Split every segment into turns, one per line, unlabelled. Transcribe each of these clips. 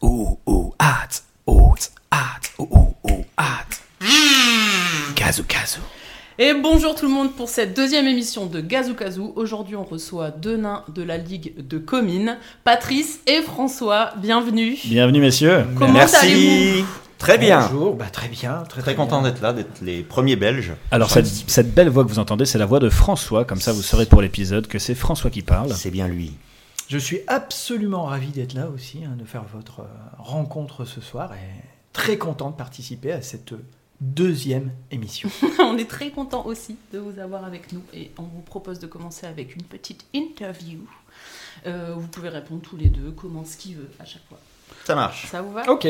oh, oh, hâte, hâte, hâte, oh, oh, oh, hâte. Kazou, kazou.
Et bonjour tout le monde pour cette deuxième émission de Gazoukazou. Aujourd'hui, on reçoit deux nains de la Ligue de Comines, Patrice et François. Bienvenue.
Bienvenue messieurs.
Comment allez-vous
Merci. Très bien.
Bonjour, bah, très bien, très,
Très content d'être là, d'être les premiers Belges.
Alors cette, cette belle voix que vous entendez, c'est la voix de François, comme ça vous saurez pour l'épisode que c'est François qui parle.
C'est bien lui.
Je suis absolument ravi d'être là aussi, hein, de faire votre euh, rencontre ce soir et très content de participer à cette deuxième émission.
On est très content aussi de vous avoir avec nous et on vous propose de commencer avec une petite interview. Euh, vous pouvez répondre tous les deux, comment ce qu'il veut à chaque fois.
Ça marche.
Ça vous va
ok.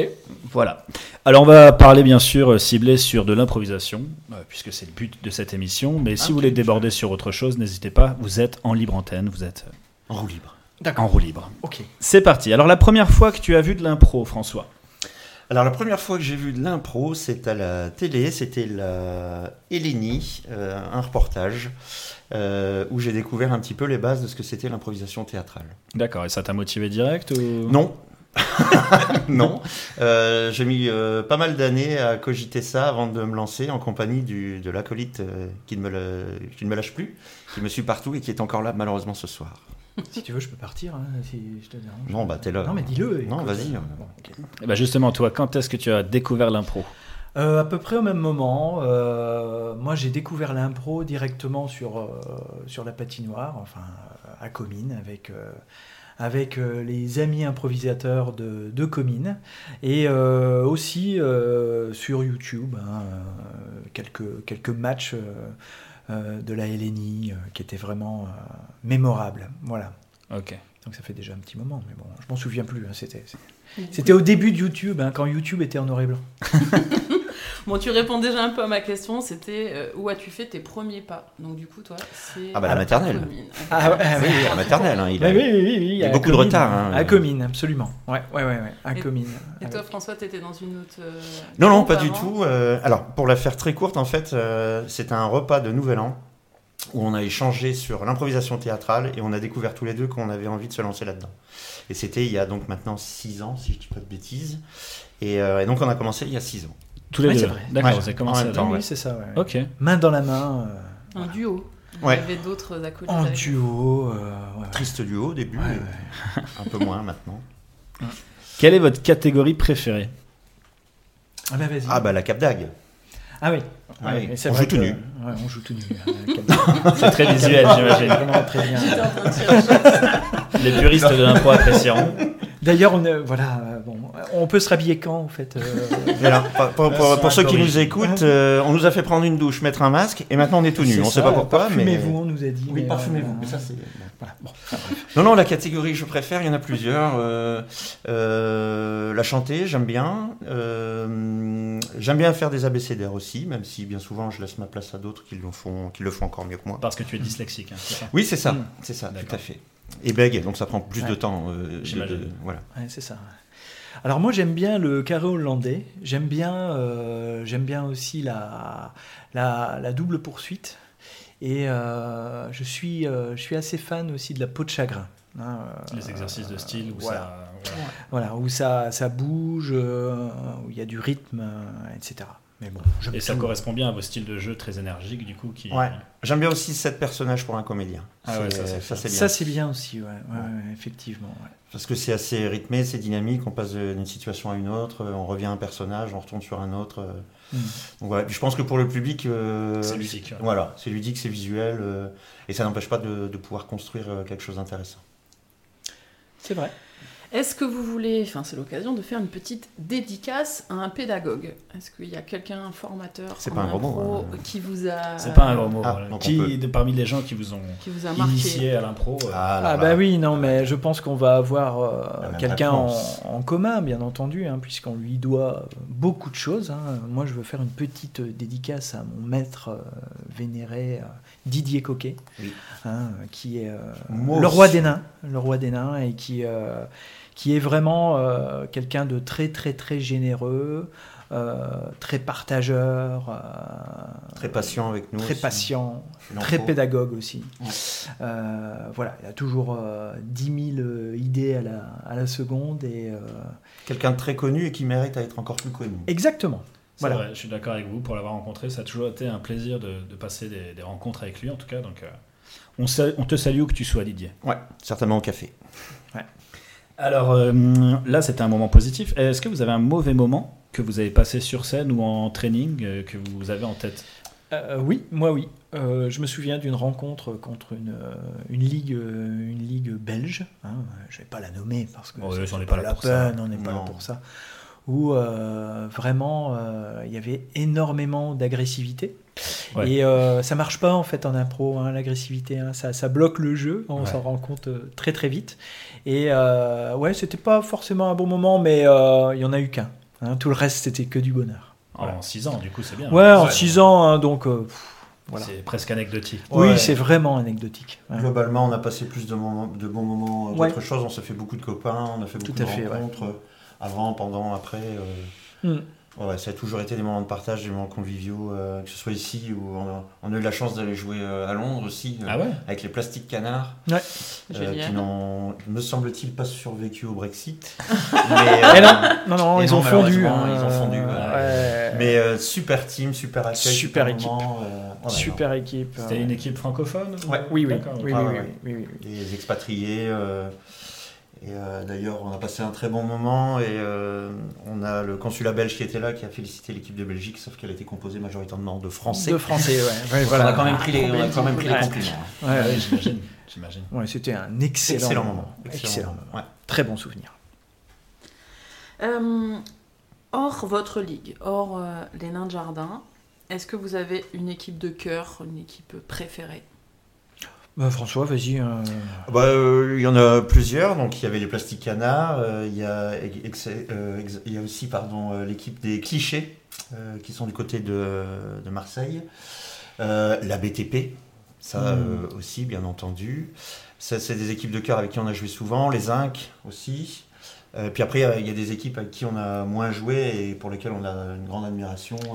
Voilà. Alors on va parler bien sûr euh, ciblé sur de l'improvisation, euh, puisque c'est le but de cette émission, mais si vous voulez déborder sur autre chose, n'hésitez pas, vous êtes en libre antenne, vous êtes euh,
En roue libre.
en
D'accord.
roue libre.
Ok.
C'est parti. Alors la première fois que tu as vu de l'impro, François
Alors la première fois que j'ai vu de l'impro, c'était à la télé, c'était la Hélénie, euh, un reportage euh, où j'ai découvert un petit peu les bases de ce que c'était l'improvisation théâtrale.
D'accord, et ça t'a motivé direct ou...
Non. non. Euh, j'ai mis euh, pas mal d'années à cogiter ça avant de me lancer en compagnie du, de l'acolyte euh, qui, ne me le- qui ne me lâche plus, qui me suit partout et qui est encore là malheureusement ce soir.
Si tu veux, je peux partir, hein, si je te dérange.
Non, bah t'es là.
Non, mais dis-le.
Non,
écoute.
vas-y. euh,
Bon, ok.
Eh ben, justement, toi, quand est-ce que tu as découvert l'impro
Euh, à peu près au même moment, euh, moi j'ai découvert l'impro directement sur, euh, sur la patinoire, enfin euh, à Comines, avec, euh, avec euh, les amis improvisateurs de, de Comines, et euh, aussi euh, sur YouTube, hein, euh, quelques, quelques matchs euh, euh, de la LNI euh, qui étaient vraiment euh, mémorables. Voilà.
Ok.
Donc ça fait déjà un petit moment, mais bon, je m'en souviens plus. hein, c'était, c'était au début de YouTube, hein, quand YouTube était en noir et blanc.
Bon, tu réponds déjà un peu à ma question, c'était euh, où as-tu fait tes premiers pas Donc du coup, toi, c'est...
Ah bah, la
à
maternelle.
commune.
Ah ouais, ah
Oui, la maternelle, hein, il a-
Bah Oui, oui, oui, oui,
il y a
à
beaucoup de
Comines.
retard, hein.
à Comines, absolument. Ouais, ouais, ouais, ouais, à
Et-
Comines.
Et
Ah
toi,
ouais.
François, t'étais dans une autre... euh,
Non, non,
groupe
pas du
avant
tout. Euh, alors, pour la faire très courte, en fait, euh, c'était un repas de Nouvel An où on a échangé sur l'improvisation théâtrale et on a découvert tous les deux qu'on avait envie de se lancer là-dedans. Et c'était il y a donc maintenant 6 ans, si je dis pas de bêtises. Et, euh, et donc, on a commencé il y a 6 ans.
Tous les
Ouais,
deux.
c'est vrai.
D'accord,
Ouais,
vous avez
en
commencé
même
à...
temps.
Oui,
ouais.
c'est ça. ouais.
Ok.
Main dans la main, euh,
Un duo. Il
Ouais.
y avait d'autres acolytes.
en
avec-
duo. euh, ouais,
Triste duo au début,
ouais. Ouais,
mais
ouais.
un peu moins maintenant.
Quelle est votre catégorie préférée
Ah bah vas-y.
Ah, bah la Cap d'Ag.
Ah oui.
Ah oui,
mais c'est
on
vrai
joue tout
que-
nu.
Ouais, on joue tout nu. hein.
C'est très visuel, j'imagine.
Vraiment très bien.
J'étais en train de chercher.
Les puristes de l'impro apprécieront.
D'ailleurs, on euh, voilà, euh, bon, on peut se rhabiller quand en fait. euh,
Mais alors, pour, pour- pour-
Vincent
pour ceux qui
Lacorrigue.
nous écoutent, euh, on nous a fait prendre une douche, mettre un masque et maintenant on est tout nu.
c'est
On
ça,
sait pas pourquoi, mais.
Parfumez-vous, on nous a dit. mais, euh,
Mais ça, c'est- euh,
voilà, bon.
Non, non, la catégorie que je préfère, il y en a plusieurs. Euh, euh, la chanter, j'aime bien. Euh, j'aime bien faire des abécédaires aussi, même si bien souvent je laisse ma place à d'autres qui, le font- qui le font encore mieux que moi.
Parce que tu es dyslexique, hein, c'est ça
Oui, c'est ça,
Mm.
c'est ça, tout à
D'accord.
fait. Et bègue, donc ça prend plus de
Ouais.
temps. euh, de-
J'imagine.
de- voilà.
Ouais, c'est ça. Alors moi j'aime bien le carré hollandais, j'aime bien, euh, j'aime bien aussi la, la, la double poursuite et euh, je, suis, euh, je suis assez fan aussi de la peau de chagrin. hein, euh,
Les exercices de style où
voilà.
ça. voilà.
Voilà, où ça, ça bouge, euh, où il y a du rythme, euh, etc. Mais bon, j'aime
Et ça
tout.
correspond bien à vos styles de jeu très énergiques, du coup, qui.
Ouais. J'aime bien aussi sept personnages pour un comédien.
Ah ouais,
C'est-
ça, c'est
ça,
bien.
c'est bien.
Ça c'est bien aussi, ouais, ouais, ouais, effectivement. ouais.
Parce que c'est assez rythmé, c'est dynamique, on passe de- d'une situation à une autre, euh, on revient à un personnage, on retourne sur un autre. euh.
Mm.
Donc voilà. Puis je pense que pour le public, euh,
C'est ludique. ouais.
Voilà, c'est ludique, c'est visuel, euh, et ça n'empêche pas de, de pouvoir construire euh, quelque chose d'intéressant.
C'est vrai.
Est-ce que vous voulez, enfin c'est l'occasion de faire une petite dédicace à un pédagogue Est-ce qu'il y a quelqu'un, un formateur,
C'est
en
pas un gros mot,
impro,
hein.
qui vous a,
C'est pas un gros mot.
Ah,
voilà.
donc on peut.
Qui, de- parmi les gens qui vous ont
qui vous a marqué
initié à l'impro, euh,
Ah, bah oui, non, mais je pense qu'on va avoir
La
euh,
même
quelqu'un en,
réponse.
en commun, bien entendu, hein, puisqu'on lui doit beaucoup de choses. hein. Moi, je veux faire une petite euh, dédicace à mon maître euh, vénéré euh, Didier Coquet,
Oui.
hein, qui est euh,
Moi
le roi
aussi.
des nains, le roi des nains, et qui euh, qui est vraiment euh, quelqu'un de très très très généreux. euh, très partageur, euh,
Très patient avec nous.
très
aussi.
patient,
Il en
très
faut.
pédagogue aussi.
Ouais.
Euh, voilà, il a toujours euh, 10 000 euh, idées à la, à la seconde et euh,
Quelqu'un de très connu et qui mérite à être encore plus connu.
exactement.
C'est
Voilà.
vrai, je suis d'accord avec vous. Pour l'avoir rencontré, ça a toujours été un plaisir de, de passer des, des rencontres avec lui, en tout cas. Donc, euh, on, sa- on te salue où que tu sois, Didier.
Ouais, certainement au café.
Alors euh, là, c'était un moment positif. Est-ce que vous avez un mauvais moment que vous avez passé sur scène ou en training euh, que vous avez en tête
Euh, oui, moi oui. Euh, je me souviens d'une rencontre contre une, euh, une ligue, euh, une ligue belge. hein, euh, je vais pas la nommer parce que
Oh,
c'est
on n'est pas là
la
pour ça.
peine, on n'est pas là
Non.
pour ça. Où euh, vraiment euh, il y avait énormément d'agressivité.
Ouais.
Et euh, ça marche pas en fait en impro, hein, l'agressivité, hein, ça, ça bloque le jeu, on
Ouais.
s'en rend compte euh, très très vite. Et euh, ouais, c'était pas forcément un bon moment, mais euh, il y en a eu qu'un. hein. tout le reste c'était que du bonheur. Voilà.
En 6 ans, du coup, c'est bien.
Ouais, en
C'est-
6 ans, hein, donc euh, pff, voilà.
C'est presque anecdotique.
Ouais.
Oui, c'est vraiment anecdotique. hein.
Globalement, on a passé plus de, moments- de bons moments euh,
Ouais.
d'autres choses. On s'est fait beaucoup de copains, on a fait
Tout
beaucoup
à
de
fait, ouais.
rencontres euh, avant, pendant, après. euh,
Mm.
Ouais, ça a toujours été des moments de partage, des moments conviviaux, euh, que ce soit ici ou on a, on a eu la chance d'aller jouer euh, à Londres aussi, euh,
Ah ouais
avec les plastiques canards, euh, qui
Génial.
n'ont, me semble-t-il, pas survécu au Brexit. mais, euh,
Eh non, non, non,
Et
ils,
non,
ont fondu,
malheureusement,
hein.
ils ont fondu, voilà.
Ouais. Oh,
mais, euh, super team, super accueil,
Super
moment, euh, voilà,
Super équipe.
C'était
ouais.
une équipe francophone ou-
Ouais.
Oui, oui.
D'accord.
Oui,
Ah,
oui,
ouais,
oui, oui, oui, oui.
des expatriés. euh, et euh, d'ailleurs, on a passé un très bon moment. Et euh, on a le consulat belge qui était là, qui a félicité l'équipe de Belgique, sauf qu'elle était composée majoritairement de Français.
De français, ouais. Ouais,
On a
voilà.
quand même pris les, on a quand même pris les
Ouais.
compliments.
Ouais,
Ah
ouais.
oui, j'imagine. j'imagine.
Ouais, C'était un excellent,
Excellent moment.
Excellent moment.
Ouais.
Très bon souvenir.
Euh, hors votre ligue, hors euh, les nains de jardin, est-ce que vous avez une équipe de cœur, une équipe préférée
Bah, François, vas-y. euh,
Bah, euh, il y en a plusieurs. Donc, il y avait les Plastiques Canards. euh, il, y a ex- euh, ex- il y a aussi pardon, euh, l'équipe des Clichés euh, qui sont du côté de, de Marseille. Euh, la BTP, ça
Hmm.
Mm.
euh, aussi, bien entendu. Ça, c'est des équipes de cœur avec qui on a joué souvent. Les Inc aussi. Euh, puis après, euh, il y a des équipes avec qui on a moins joué et pour lesquelles on a une grande admiration. euh,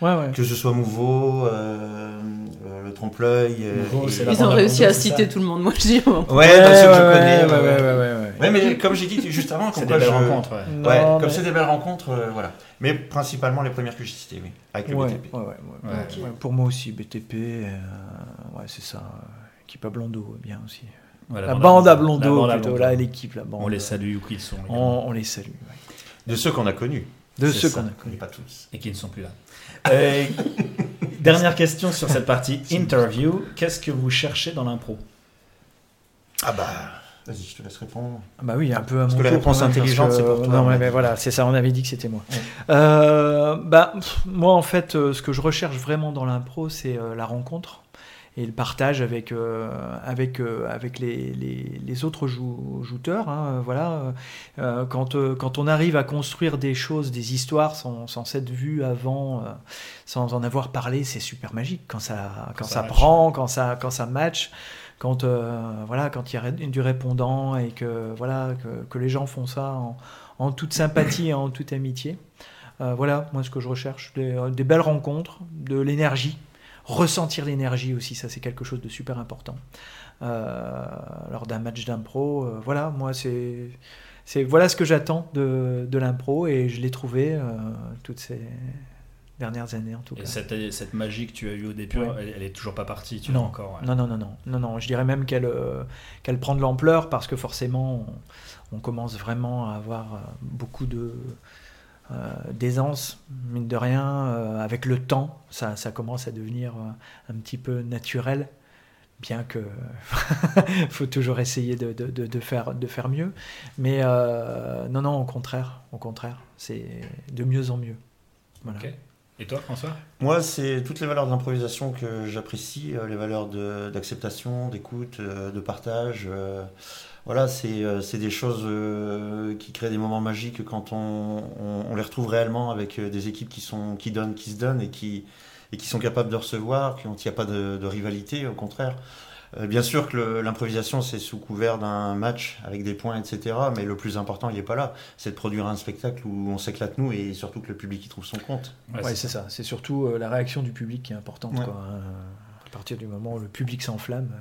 Ouais, ouais.
que ce soit Mouveau, euh, euh, le trompe-l'œil. euh,
Mouveau, c'est
et-
la
Ils ont
bande
réussi
à
à
Bondo, c'est
citer
ça
tout le monde, moi je dis. bon.
Ouais, bah, ceux que je
ouais,
connais.
ouais,
ouais, ouais.
ouais, ouais, ouais, ouais.
Ouais, mais comme j'ai dit juste avant,
C'est
comme
des
quoi
belles
je-
rencontres. ouais.
Non,
Ouais, comme
mais-
c'est des belles rencontres, euh, voilà. Mais principalement les premières que j'ai citées, oui, avec le
Ouais,
BTP.
ouais, ouais, ouais.
Ouais.
Ok.
Ouais, Pour moi aussi, BTP, euh, ouais, c'est ça. euh, Équipe à Blondeau, bien aussi.
Ouais,
Mm. La, bande à
la
Blondeau,
bande à
plutôt.
Blondo.
Là, l'équipe, la bande.
On les salue où qu'ils sont. les
On,
gars.
on les salue. ouais.
De ceux qu'on a connus.
De
C'est
ceux
ça,
qu'on a connus.
mais Pas tous.
Et qui ne sont plus là. Euh, dernière question sur cette partie interview. Qu'est-ce que vous cherchez dans l'impro
Ah bah, vas-y, je te laisse répondre.
Ah Bah oui, un peu à
Parce
mon
que la
tour,
réponse
quand même,
intelligente,
parce que- euh,
c'est pour toi,
Non,
on
mais,
a
mais
dit.
voilà, c'est ça, on avait dit que c'était moi.
Ouais.
Euh, bah, pff, moi, en fait, euh, ce que je recherche vraiment dans l'impro, c'est euh, la rencontre et le partage avec, euh, avec, euh, avec les, les, les autres jou- jouteurs. hein, euh, voilà. Euh, quand, euh, quand on arrive à construire des choses, des histoires, sans, sans s'être vu avant, euh, sans en avoir parlé, c'est super magique. Quand ça, quand
ça
ça
match.
prend, quand ça, quand ça match, quand euh, voilà quand il y a du répondant et que voilà que, que les gens font ça en, en toute sympathie et en toute amitié Euh, voilà moi ce que je recherche des, euh, des belles rencontres de l'énergie ressentir l'énergie aussi ça c'est quelque chose de super important Euh, lors d'un match d'impro euh, voilà moi c'est c'est voilà ce que j'attends de, de l'impro et je l'ai trouvé euh, toutes ces dernières années en tout cas
Et cette, cette magie que tu as eue au début,
Ouais.
elle, elle est toujours pas partie. Tu
Non.
l'as encore. ouais.
Non, non, non, non, non, non. Je dirais même qu'elle euh, qu'elle prend de l'ampleur parce que forcément, on, on commence vraiment à avoir euh, beaucoup de euh, d'aisance, mine de rien. euh, avec le temps, ça, ça commence à devenir euh, un petit peu naturel, bien que faut toujours essayer de, de- de- de faire de faire mieux. Mais euh, non, non, au contraire, au contraire, c'est de mieux en mieux. Voilà.
Ok. Et toi, François
Moi, c'est toutes les valeurs de l'improvisation que j'apprécie, euh, les valeurs de- d'acceptation, d'écoute, euh, de partage. euh, voilà, c'est euh, c'est des choses euh, qui créent des moments magiques quand on, on- on les retrouve réellement avec euh, des équipes qui, sont, qui donnent, qui se donnent et qui, et qui sont capables de recevoir, qui ont- il n'y a pas de, de rivalité, au contraire. Euh, bien sûr que le- l'improvisation, c'est sous couvert d'un match avec des points, etc. Mais le plus important, il n'est pas là. C'est de produire un spectacle où on s'éclate nous et surtout que le public y trouve son compte.
Ouais,
Ouais,
c'est
c'est ça. C'est surtout euh, la réaction du public qui est importante.
Ouais.
quoi, hein. À partir du moment où le public s'enflamme, euh.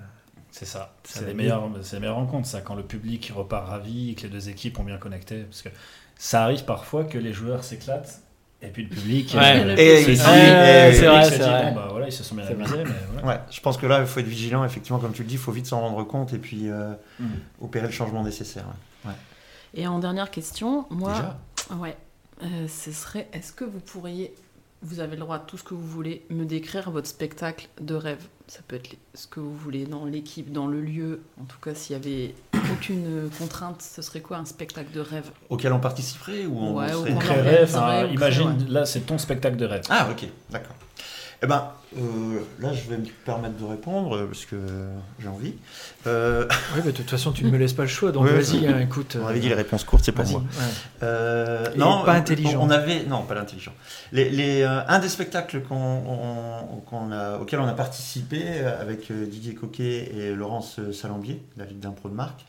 C'est ça.
C'est
C'est les
la
meilleures, c'est les meilleures rencontres, ça, quand le public repart ravi et que les deux équipes ont bien connecté. Parce que ça arrive parfois que les joueurs s'éclatent et puis le public.
Ouais.
euh,
Et-
se dit-
Ouais,
le
c'est
public
vrai,
se
c'est
dit,
vrai.
bon, bah voilà, ils se sont bien
C'est
amusés, mais voilà.
Ouais, je pense que là, il faut être vigilant, effectivement, comme tu le dis, il faut vite s'en rendre compte et puis euh,
Mm.
opérer le changement nécessaire.
Et en dernière question, moi,
Déjà
ouais, euh, ce serait, est-ce que vous pourriez, vous avez le droit à tout ce que vous voulez, me décrire votre spectacle de rêve Ça peut être les- ce que vous voulez dans l'équipe, dans le lieu. En tout cas, s'il y avait aucune contrainte, ce serait quoi un spectacle de rêve
Auquel on participerait ou on
Ouais,
serait-
au
Créer
Ouais,
rêve,
c'est vrai,
hein,
on
imagine,
crée,
là, c'est ton spectacle de rêve.
Ah, ok, d'accord. Eh ben, euh, là, je vais me permettre de répondre euh, parce que j'ai envie. Euh,
oui, de toute façon, tu ne me laisses pas le choix. Donc
Ouais,
vas-y,
ouais.
hein, écoute.
on
euh,
avait dit les réponses courtes, c'est pour
vas-y,
moi.
ouais.
Euh,
Et
non,
pas
on-
intelligent.
On avait non, pas l'intelligent. Les, les, euh, un des spectacles qu'on, on- qu'on a, auquel on a participé euh, avec euh, Didier Coquet et Laurence euh, Salambier, la Ligue d'impro de Marc,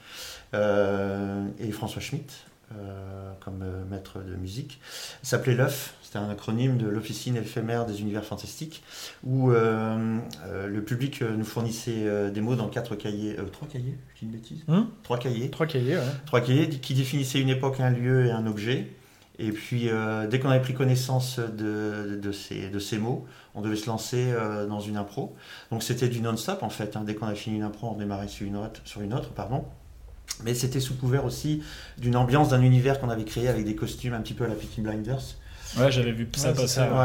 euh, et François Schmitt euh, comme euh, maître de musique, s'appelait l'œuf. C'était un acronyme de l'Officine éphémère des univers fantastiques, où euh, euh, le public euh, nous fournissait euh, des mots dans quatre cahiers, euh, trois cahiers, je dis une bêtise,
Hum
trois cahiers,
Trois cahiers, ouais.
Trois cahiers qui définissaient une époque, un lieu et un objet. Et puis, euh, dès qu'on avait pris connaissance de, de, ces, de ces mots, on devait se lancer euh, dans une impro. Donc, c'était du non-stop, en fait. hein. Dès qu'on avait fini une impro, on démarrait sur une autre. Sur une autre pardon. Mais c'était sous couvert aussi d'une ambiance, d'un univers qu'on avait créé avec des costumes un petit peu à la Peaky Blinders.
Ouais, j'avais vu ça
Ouais, c'est
passer.
ça,
ouais.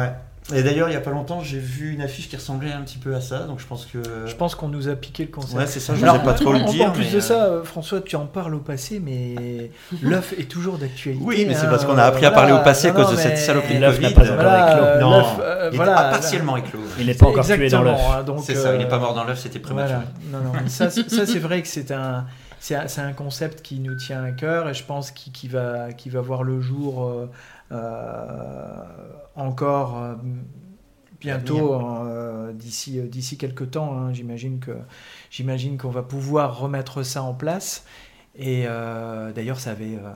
Ouais. Et d'ailleurs, il n'y a pas longtemps, j'ai vu une affiche qui ressemblait un petit peu à ça. Donc, je pense que...
Je pense qu'on nous a piqué le concept.
Ouais, c'est ça, je
Alors,
n'osais pas trop
en-
le
en-
dire.
En plus
mais,
de
euh,
ça, euh, François, tu en parles au passé, mais l'œuf est toujours d'actualité.
Oui, mais c'est
hein,
parce qu'on
euh,
a appris à
voilà.
parler au passé à
Non, non,
cause de cette
mais-
saloperie de
L'œuf n'a
Covid.
pas encore
Voilà,
éclos.
euh,
Non.
l'œuf, euh,
Il
voilà,
est partiellement éclos.
Il n'est pas encore tué dans
Exactement,
l'œuf.
hein, donc,
C'est ça, il n'est pas
euh,
mort dans l'œuf, c'était prématuré.
Voilà. Non, non, mais ça, c'est- ça, c'est vrai que c'est un, c'est un, c'est un concept qui nous tient à cœur et je pense qu'il qui va, qui va voir le jour euh, euh, encore euh, bientôt, euh, d'ici, euh, d'ici quelques temps. hein. J'imagine que, j'imagine qu'on va pouvoir remettre ça en place. Et euh, d'ailleurs, ça avait euh,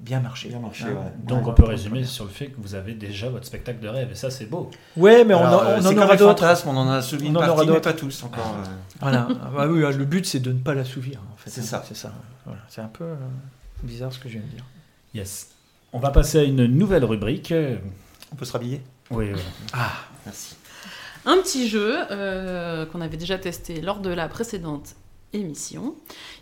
bien marché.
Bien marché,
Hein.
ouais.
Donc on peut résumer sur le fait que vous avez déjà votre spectacle de rêve et ça c'est beau.
Ouais, mais on
Alors,
en-
euh,
on,
c'est
en
comme
aura
les
d'autres.
fantasmes, on en a soumis une
On en aura
partie, mais
d'autres.
pas tous encore. euh.
Voilà, Ah bah oui, le but c'est de ne pas l'assouvir. En fait.
C'est ça.
C'est ça. Voilà. C'est un peu euh, bizarre ce que je viens de dire.
Yes. On va passer à une nouvelle rubrique. Euh,
On peut se rhabiller
Oui, oui.
Merci.
Un petit jeu euh, qu'on avait déjà testé lors de la précédente émission.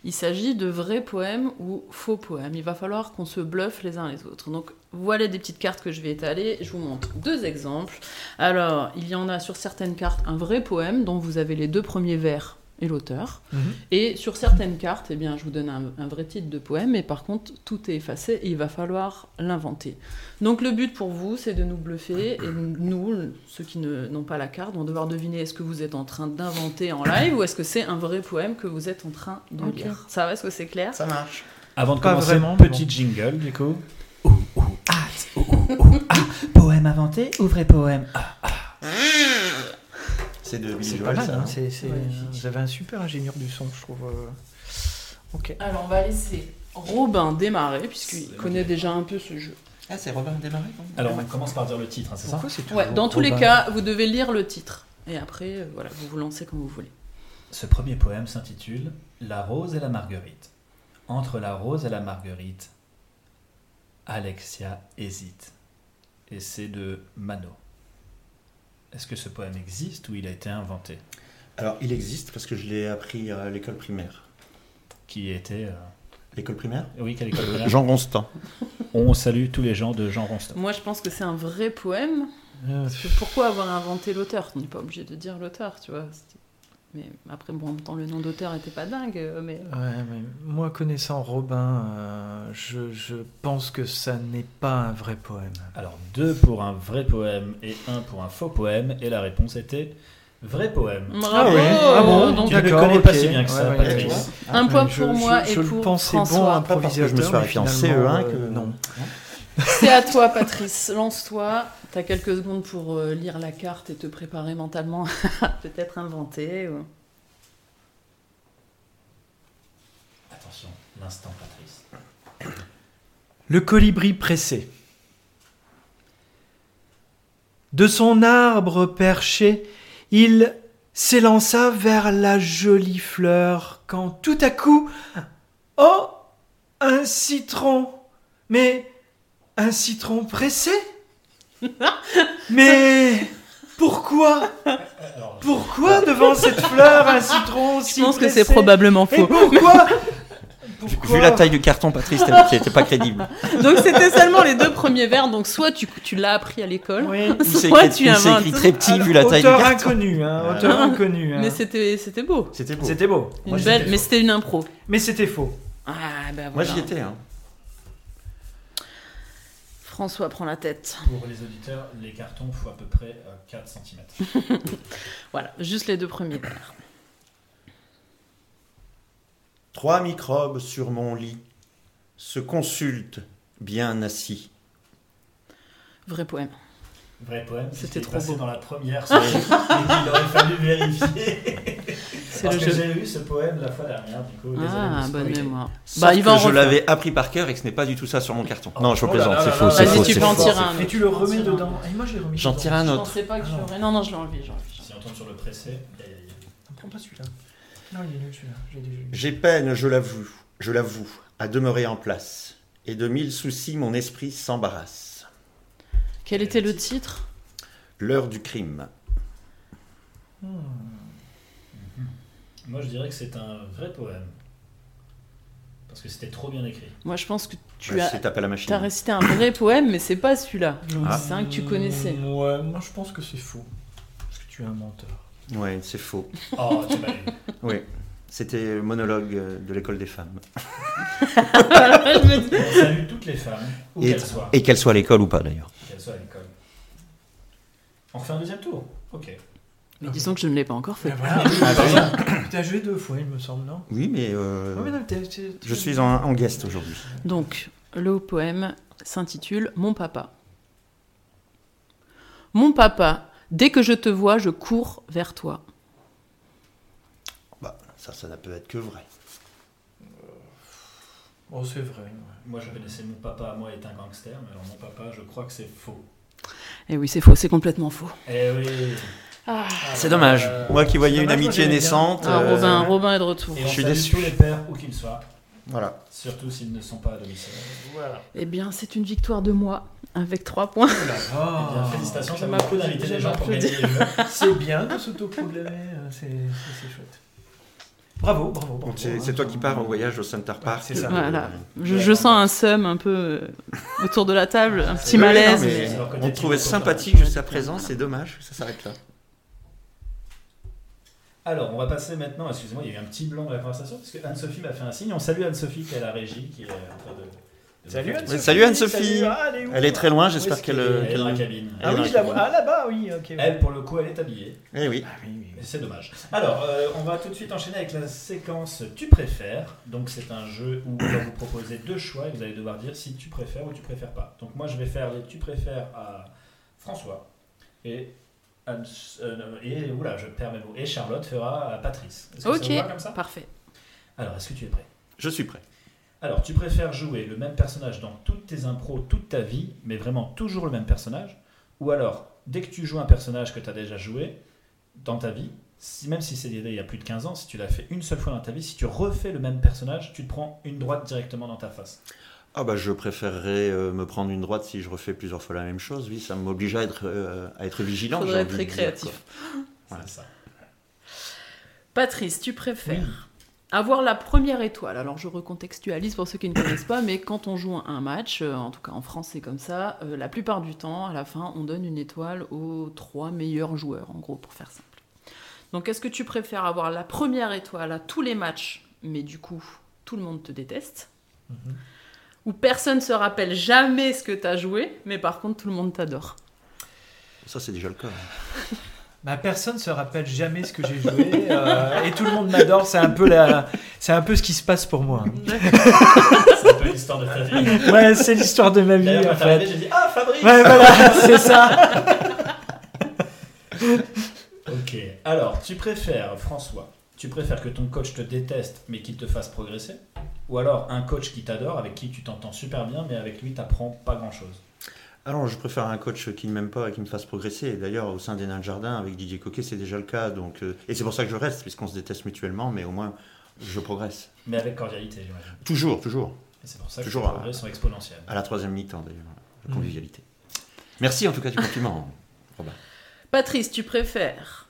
Il s'agit de vrais poèmes ou faux poèmes. Il va falloir qu'on se bluffe les uns les autres. Donc voilà des petites cartes que je vais étaler. Je vous montre deux exemples. Alors, il y en a sur certaines cartes un vrai poème dont vous avez les deux premiers vers et l'auteur.
Mhm.
Et sur certaines cartes, eh bien, je vous donne un, un vrai titre de poème, mais par contre, tout est effacé et il va falloir l'inventer. Donc le but pour vous, c'est de nous bluffer. Et nous, le- ceux qui ne- n'ont pas la carte, vont devoir deviner est-ce que vous êtes en train d'inventer en live ou est-ce que c'est un vrai poème que vous êtes en train de
Ok.
lire. Ça va, est-ce que c'est clair
Ça marche.
Avant de
Pas
commencer,
vraiment, mais
petit
bon.
jingle du coup.
Poème inventé ou vrai poème
Ah, C'est de Billy
C'est pas
Joel,
mal.
ça.
hein.
non
C'est- c'est-
Magnifique.
Vous avez un super ingénieur du son, je trouve. euh. Ok.
Alors on va laisser Robin démarrer puisqu'il connaît déjà un peu ce jeu.
Ah, c'est Robin démarré quand même.
Alors on commence par dire le titre, hein, c'est ça
Pourquoi c'est
Ouais,
toujours
dans tous les
Robin
cas, vous devez lire le titre. Et après, euh, voilà, vous vous lancez quand vous voulez.
Ce premier poème s'intitule La rose et la marguerite. Entre la rose et la marguerite, Alexia hésite. Et c'est de Mano. Est-ce que ce poème existe ou il a été inventé
Alors, il existe parce que je l'ai appris à l'école primaire.
Qui était. euh,
L'école primaire
Oui, quelle école primaire
Jean Constant.
On salue tous les gens de Jean Ronstat.
Moi, je pense que c'est un vrai poème.
Euh,
Parce que pourquoi avoir inventé l'auteur On n'est pas obligé de dire l'auteur, tu vois. C'était- Mais après, bon, en même temps, le nom d'auteur n'était pas dingue. euh, Mais...
ouais, mais moi, connaissant Robin, euh, je, je pense que ça n'est pas un vrai poème.
Alors, deux pour un vrai poème et un pour un faux poème, et la réponse était vrai poème.
euh, Bravo
ouais. Ah bon,
Donc,
tu ne
d'accord,
connais pas
ok.
si bien que ça,
Ouais, ouais,
Patrice.
ouais.
un point
Je-
pour
je-
moi
je,
et
le
pour
pensais bon
François.
improvisateur.
Pas parce que je me suis
mais
arrêté en CE1
finalement,
que-
euh, Non.
C'est à toi, Patrice. Lance-toi. T'as quelques secondes pour euh, lire la carte et te préparer mentalement à peut-être inventer. ou-
Attention, l'instant Patrice.
Le colibri pressé. De son arbre perché, il s'élança vers la jolie fleur quand tout à coup, oh, un citron, mais un citron pressé Mais pourquoi Pourquoi devant cette fleur un citron si
Je pense que c'est
pressé
probablement
Et
faux.
pourquoi, Pourquoi
Vu la taille du carton, Patrice, t'as vu qu'il était pas crédible.
Donc c'était seulement les deux premiers vers, donc soit tu, tu l'as appris à l'école,
Oui.
Ou c'est
soit
écrit,
tu
ou c'est
inventes.
écrit très petit
Alors,
vu la taille du
auteur
carton.
inconnu, hein,
Ouais.
auteur inconnu. hein.
Mais c'était c'était beau.
C'était beau.
C'était beau.
Une
Moi,
belle,
c'était
mais
faux.
c'était une impro.
Mais c'était faux.
Ah bah voilà.
Moi j'y étais. Hein.
François prend la tête.
Pour les auditeurs, les cartons font à peu près euh, 4 cm.
Voilà, juste les deux premiers vers.
Trois microbes sur mon lit se consultent bien assis.
Vrai poème.
Vrai poème.
C'était
c'était
trop
passé
beau.
dans la première semaine. et il aurait fallu vérifier.
C'est
Parce
le
que
jeu.
j'ai eu ce poème la fois dernière, du coup. désolé,
Ah,
mais
bonne
c'est-
mémoire.
Sauf
Bah, il va en
que je
refaire.
l'avais appris par cœur et que ce n'est pas du tout ça sur mon carton.
Oh.
Non, je
Oh là
plaisante,
là
c'est
là
faux,
là
c'est
là.
faux.
Vas-y, tu
c'est
peux en
faux.
tirer un.
Et tu le remets dedans. Et moi, j'ai remis.
J'en
dedans.
tire un
Je
autre.
pensais pas que je
Ah non.
l'aurais. Non, non, je l'ai enlevé, je l'ai enlevé, je l'ai
Si on tombe sur le pressé, aïe, aïe, aïe.
Non, Prends pas celui-là. Non, il est nul celui-là. J'ai déjà eu.
J'ai peine, je l'avoue, je l'avoue, à demeurer en place. Et de mille soucis, mon esprit s'embarrasse.
enlevé. Quel était le titre
L'heure du crime.
moi je dirais que c'est un vrai poème. Parce que c'était trop bien écrit.
Moi, je pense que tu
Bah,
as
C'est tapé à la machine.
t'as récité un vrai poème, mais c'est pas celui-là. Donc
Ah.
c'est un que tu connaissais.
Mm, Ouais, moi je pense que c'est faux. Parce que tu es un menteur.
Ouais, c'est faux.
Oh, tu m'as eu.
Oui. C'était le monologue euh, de l'école des femmes.
Voilà, je me dis-
On salue toutes les femmes, où
Et-
qu'elles soient.
Et qu'elle soit à l'école ou pas d'ailleurs.
Qu'elles soient à l'école. On refait un deuxième tour Ok.
Mais disons que je ne l'ai pas encore fait.
Mais voilà. Tu as joué deux fois, il me semble, non
Oui, mais, euh,
Ouais, mais non, t'es- t'es- t'es-
je suis en, en guest aujourd'hui.
Donc, le poème s'intitule Mon papa. Mon papa, dès que je te vois, je cours vers toi.
Bah, ça, ça ne peut être que vrai.
Oh, c'est vrai. ouais.
Moi je connaissais mon papa, moi est un gangster, mais alors mon papa, je crois que c'est faux.
Eh oui, c'est faux, c'est complètement faux.
Eh oui
C'est dommage. Moi qui voyais
Ah, c'est
une
dommage,
amitié
moi, j'aimais bien.
naissante.
Ah,
euh,
Robin, Robin est de retour.
Et on
Je suis
salue
déçu.
tous les pères, où qu'ils soient,
Voilà.
surtout s'ils ne sont pas à domicile.
Eh bien, c'est une victoire de moi, avec trois points.
Eh bien,
Ah.
félicitations, ça
J'aime
m'a beaucoup d'inviter
j'aime
les gens pour
beaucoup.
gagner les jeux.
C'est bien de s'autoproclamer, euh, c'est c'est- c'est chouette. Bravo, bravo, bravo.
Donc, C'est c'est toi qui pars en voyage au Center Park.
c'est ça.
Euh,
Voilà. Je, je sens un seum un peu euh, autour de la table, un petit
oui,
malaise.
non, mais
mais-
On te trouvait sympathique jusqu'à présent, c'est dommage que ça s'arrête là.
Alors, on va passer maintenant, excusez-moi, il y a eu un petit blanc dans la conversation, parce que Anne-Sophie m'a fait un signe. On salue Anne-Sophie qui est à la régie, qui est en train de. de-
Salut Anne-Sophie.
Oui, salut Anne-Sophie.
Salut, ah, elle, où
Elle est très loin, j'espère
Où est-ce
qu'elle- euh,
qu'elle
Elle est dans la
qu'elle-
cabine.
Ah oui, je la vois. Ah là-bas, oui, ok. ouais.
Elle, pour le coup, elle est habillée.
Eh oui.
Ah oui, oui,
Mais
oui.
C'est dommage. Alors, euh, on va tout de suite enchaîner avec la séquence Tu préfères. Donc, c'est un jeu où on va vous proposer deux choix et vous allez devoir dire si tu préfères ou tu préfères pas. Donc, moi, je vais faire les Tu préfères à François et. Anne- euh, et oula, je perds mes mots. Et Charlotte fera à Patrice. Est-ce que ça
Ok,
vous va comme ça
parfait.
Alors, est-ce que tu es prêt
Je suis prêt.
Alors, tu préfères jouer le même personnage dans toutes tes impros toute ta vie, mais vraiment toujours le même personnage Ou alors, dès que tu joues un personnage que tu as déjà joué dans ta vie, si- même si c'est il y a plus de 15 ans, si tu l'as fait une seule fois dans ta vie, si tu refais le même personnage, tu te prends une droite directement dans ta face.
Ah bah je préférerais euh, me prendre une droite si je refais plusieurs fois la même chose. Oui, ça m'oblige à être euh, à être vigilant.
Faudrait
j'ai
être très
envie de dire,
créatif.
quoi. Voilà.
C'est ça.
Patrice, tu préfères avoir la première étoile. Alors je recontextualise pour ceux qui ne connaissent pas, mais quand on joue un match, euh, en tout cas en France c'est comme ça, euh, la plupart du temps, à la fin, on donne une étoile aux trois meilleurs joueurs, en gros, pour faire simple. Donc est-ce que tu préfères avoir la première étoile à tous les matchs, mais du coup, tout le monde te déteste Ou personne se rappelle jamais ce que t'as joué, mais par contre, tout le monde t'adore
Ça c'est déjà le cas. hein.
Ma personne se rappelle jamais ce que j'ai joué euh, et tout le monde m'adore. C'est un peu la, c'est un peu ce qui se passe pour moi.
C'est un peu l'histoire de ta vie.
Ouais, c'est l'histoire de ma vie
D'ailleurs,
en
quand t'es
fait.
arrivé, j'ai dit Ah, Fabrice
Ouais, voilà, c'est ça.
Ok, alors tu préfères, François, Tu préfères que ton coach te déteste mais qu'il te fasse progresser Ou alors un coach qui t'adore, avec qui tu t'entends super bien mais avec lui t'apprends pas grand chose
Alors, je préfère un coach qui ne m'aime pas et qui me fasse progresser. Et D'ailleurs, au sein des Nains de Jardin, avec Didier Coquet, c'est déjà le cas. Donc, euh, et c'est pour ça que je reste, puisqu'on se déteste mutuellement, mais au moins, je progresse.
Mais avec cordialité, j'imagine.
Toujours, toujours.
Et c'est pour ça que
Toujours,
les progrès sont exponentiels.
À la troisième mi-temps, d'ailleurs, la convivialité. Merci en tout cas du compliment, Robin.
Patrice, tu préfères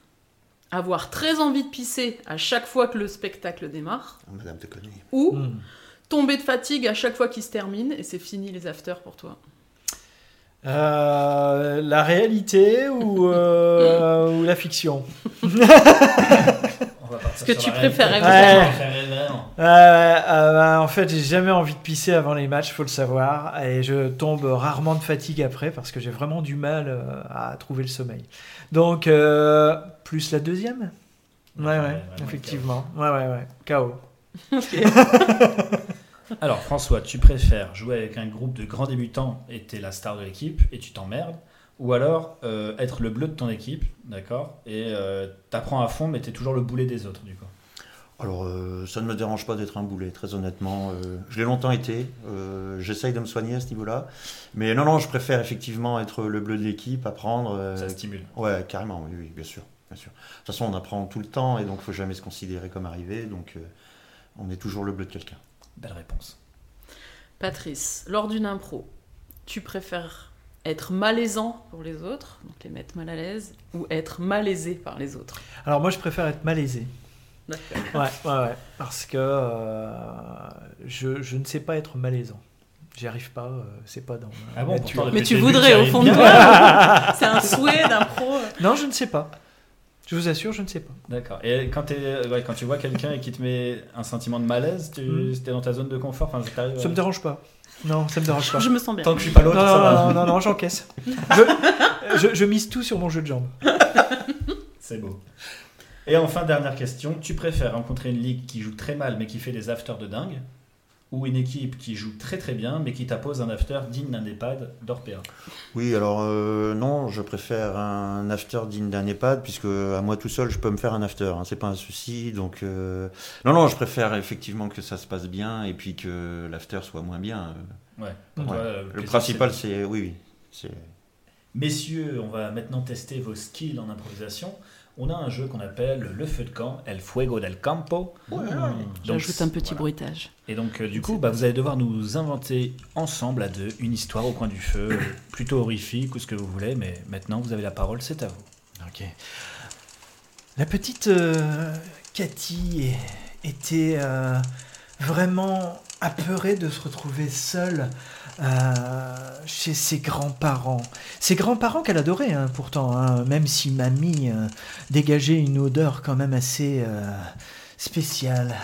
avoir très envie de pisser à chaque fois que le spectacle démarre
Madame te connaît.
ou
Hmm.
tomber de fatigue à chaque fois qu'il se termine et c'est fini les afters pour toi
Euh, la réalité ou,
Mm.
euh, ou la fiction
On va partir
que
sur
tu
la réalité.
préfères
Ouais.
Je préférais vraiment.
Euh, euh, En fait, j'ai jamais envie de pisser avant les matchs, faut le savoir, et je tombe rarement de fatigue après parce que j'ai vraiment du mal euh, à trouver le sommeil. Donc, euh, plus la deuxième Ouais, ouais,
Ouais, vraiment,
effectivement. Ouais, ouais, ouais. KO.
Alors François, tu préfères jouer avec un groupe de grands débutants et t'es la star de l'équipe et tu t'emmerdes ou alors euh, être le bleu de ton équipe, d'accord Et euh, t'apprends à fond mais t'es toujours le boulet des autres du coup.
Alors, euh, ça ne me dérange pas d'être un boulet, très honnêtement. Euh, je l'ai longtemps été. Euh, J'essaye de me soigner à ce niveau-là. Mais non, non, je préfère effectivement être le bleu de l'équipe, apprendre. euh,
Ça stimule.
ouais, carrément, oui, oui, bien sûr, bien sûr. De toute façon, on apprend tout le temps et donc faut jamais se considérer comme arrivé. Donc, euh, on est toujours le bleu de quelqu'un.
Belle réponse.
Patrice, lors d'une impro, tu préfères être malaisant pour les autres, donc les mettre mal à l'aise, ou être malaisé par les autres
Alors, moi, je préfère être malaisé.
D'accord.
Ouais, ouais, ouais. Parce que euh, je, je ne sais pas être malaisant. J'y arrive pas, euh, c'est pas dans. ma
Ah bon,
nature.
pourtant, depuis
Mais
le
tu
début,
voudrais au
arrives
fond de
bien.
toi C'est un souhait d'un pro
Non, je ne sais pas. Je vous assure, je ne sais pas.
D'accord. Et quand, t'es- euh, ouais, quand tu vois quelqu'un et qui te met un sentiment de malaise, tu
Mm.
t'es dans ta zone de confort, enfin, ça t'arrive,
Ça me
euh,
dérange pas. Non, ça me dérange pas.
Je me sens bien.
Tant que je suis pas
Non,
l'autre,
non,
ça va.
non, non, non, j'encaisse. Je, je, je mise tout sur mon jeu de jambes.
C'est beau. Et enfin, dernière question. Tu préfères rencontrer une ligue qui joue très mal mais qui fait des afters de dingue ou une équipe qui joue très très bien mais qui t'impose un after digne d'un EHPAD d'Orpea
Oui, alors euh, non, je préfère un after digne d'un EHPAD, puisque à moi tout seul, je peux me faire un after, hein, c'est pas un souci. Donc euh, non, non, je préfère effectivement que ça se passe bien et puis que l'after soit moins bien. euh.
Ouais. Pour
Ouais.
toi, euh,
Le
plaisir,
principal,
c'est-
c'est oui, oui, c'est
Messieurs, on va maintenant tester vos skills en improvisation. On a un jeu qu'on appelle le feu de camp, El Fuego del Campo. Donc,
J'ajoute un petit
voilà.
bruitage.
Et donc, euh, du coup, bah, vous allez devoir nous inventer ensemble à deux une histoire au coin du feu, euh, plutôt horrifique ou ce que vous voulez, mais maintenant vous avez la parole, c'est à vous.
Ok. La petite euh, Cathy était euh, vraiment apeurée de se retrouver seule euh, chez ses grands-parents. Ses grands-parents qu'elle adorait, hein, pourtant, hein, même si mamie euh, dégageait une odeur quand même assez euh, spéciale.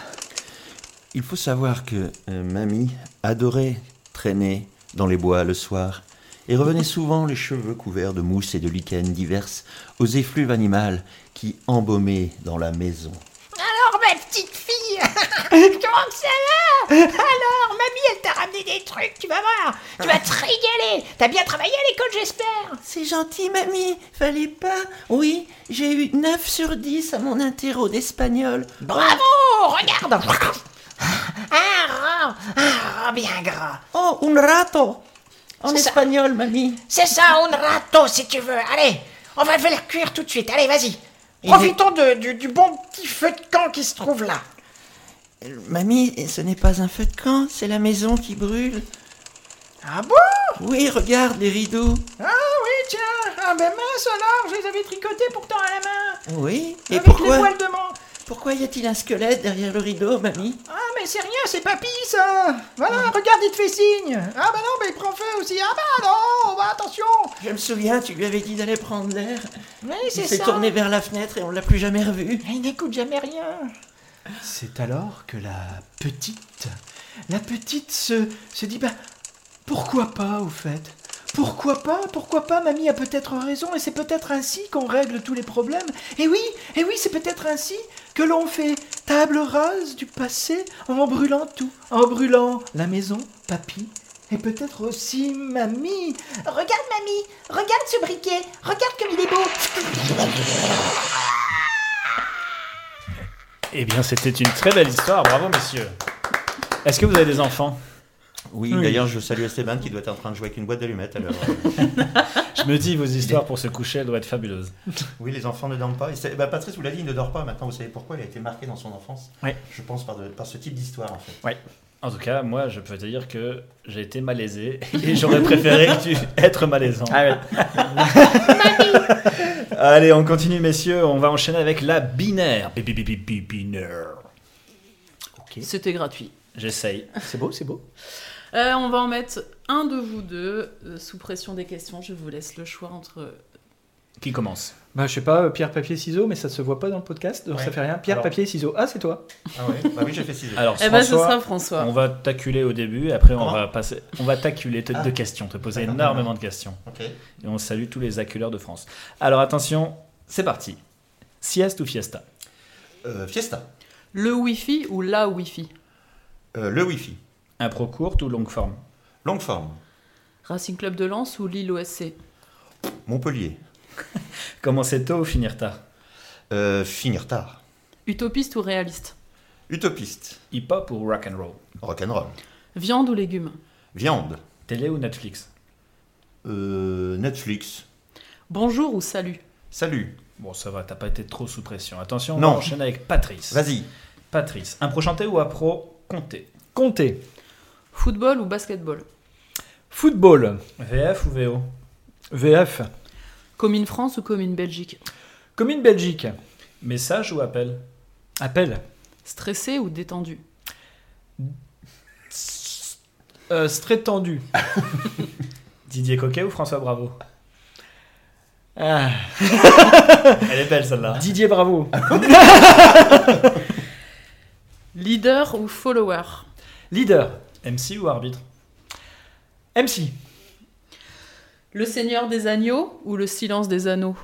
Il faut savoir que euh, Mamie adorait traîner dans les bois le soir et revenait souvent les cheveux couverts de mousse et de lichens diverses aux effluves animales qui embaumaient dans la maison.
Alors, ma petite fille, comment ça va Alors, mamie, elle t'a ramené des trucs, tu vas voir. Tu vas te régaler. T'as bien travaillé à l'école, j'espère.
C'est gentil, mamie. Fallait pas. Oui, j'ai eu 9 sur 10 à mon interro d'espagnol.
Bravo, Ah regarde. Un rat, un rat bien gras.
Oh, un rato. En
C'est ça.
espagnol, mamie.
C'est ça, un râteau, si tu veux. Allez, on va le faire cuire tout de suite. Allez, vas-y. Profitons de- du, du bon petit feu de camp qui se trouve là.
Mamie, ce n'est pas un feu de camp, c'est la maison qui brûle.
Ah bon
Oui, regarde les rideaux.
Ah oui, tiens. Ah ben mince alors, je les avais tricotés pourtant à la main.
Oui. Et
avec Ah les
pourquoi
poils de mon...
Pourquoi y a-t-il un squelette derrière le rideau, mamie
Ah mais c'est rien, c'est papy ça Voilà, regarde, il te fait signe Ah bah non, mais il prend feu aussi Ah bah non, bah attention
Je me souviens, tu lui avais dit d'aller prendre l'air.
Oui,
Il
c'est
s'est
ça
tourné vers la fenêtre et on l'a plus jamais revu.
Il n'écoute jamais rien
C'est alors que la petite, la petite se, se dit bah pourquoi pas au fait pourquoi pas Pourquoi pas Mamie a peut-être raison et c'est peut-être ainsi qu'on règle tous les problèmes. Et oui, et oui, c'est peut-être ainsi que l'on fait table rase du passé en brûlant tout, en brûlant la maison, papy et peut-être aussi mamie.
Regarde mamie, regarde ce briquet Regarde comme il est beau
Eh bien, c'était une très belle histoire. Bravo, messieurs. Est-ce que vous avez des enfants
Oui,
Oui.
d'ailleurs, je salue Esteban qui doit être en train de jouer avec une boîte d'allumettes. Alors, euh,
Je me dis, vos histoires pour se coucher elles doivent être fabuleuses.
oui, les enfants ne dorment pas. Et c'est- bah, Patrice vous l'a dit, il ne dort pas. Maintenant, vous savez pourquoi Il a été marqué dans son enfance.
Oui.
Je pense par, de- par ce type d'histoire, en fait.
En tout cas, moi, je peux te dire que j'ai été malaisé et j'aurais préféré que tu- être malaisant.
Ah
Allez, on continue, messieurs. On va enchaîner avec la binaire. Bi- bi- bi- bi- bi- Binaire.
C'était gratuit.
J'essaye.
C'est beau, c'est beau.
Euh, on va en mettre un de vous deux euh, sous pression des questions. Je vous laisse le choix entre.
Qui commence
Bah, je sais pas, euh, pierre, papier, ciseaux, mais ça se voit pas dans le podcast, donc
Ouais.
ça fait rien. Pierre,
Alors.
papier, ciseaux. Ah, c'est toi.
Ah ouais Bah oui, j'ai fait 6
Alors,
Eh ben, ce
François,
sera François.
on va t'acculer au début. et Après, on
Comment
va passer. On va t'acculer te-
Ah.
de questions, te poser
D'accord.
énormément de questions.
Ok.
Et on salue tous les acculeurs de France. Alors, attention, c'est parti. Sieste ou fiesta
Euh, fiesta.
Le Wi-Fi ou la Wi-Fi
Euh, le Wi-Fi.
Impro courte ou longue forme
Longue forme.
Racing Club de Lens ou Lille OSC
Montpellier.
Commencer tôt ou finir tard
Euh, finir tard.
Utopiste ou réaliste
Utopiste.
Hip-hop ou rock and roll
Rock'n'roll.
Viande ou légumes
Viande.
Télé ou Netflix
Euh, Netflix.
Bonjour ou salut
Salut.
Bon, ça va, t'as pas été trop sous pression. Attention, on
Non.
va enchaîner avec Patrice.
Vas-y.
Patrice, impro chanté ou impro compté
Comptez.
Football ou basketball
Football.
VF ou VO
VF.
Commune France ou commune Belgique
Commune Belgique.
Message ou appel
Appel.
Stressé ou détendu
Euh, Strait tendu.
Didier Coquet ou François Bravo
Ah,
Elle est belle celle-là.
Didier Bravo.
Leader ou follower
Leader.
MC ou arbitre
MC.
Le Seigneur des Agneaux ou le Silence des Anneaux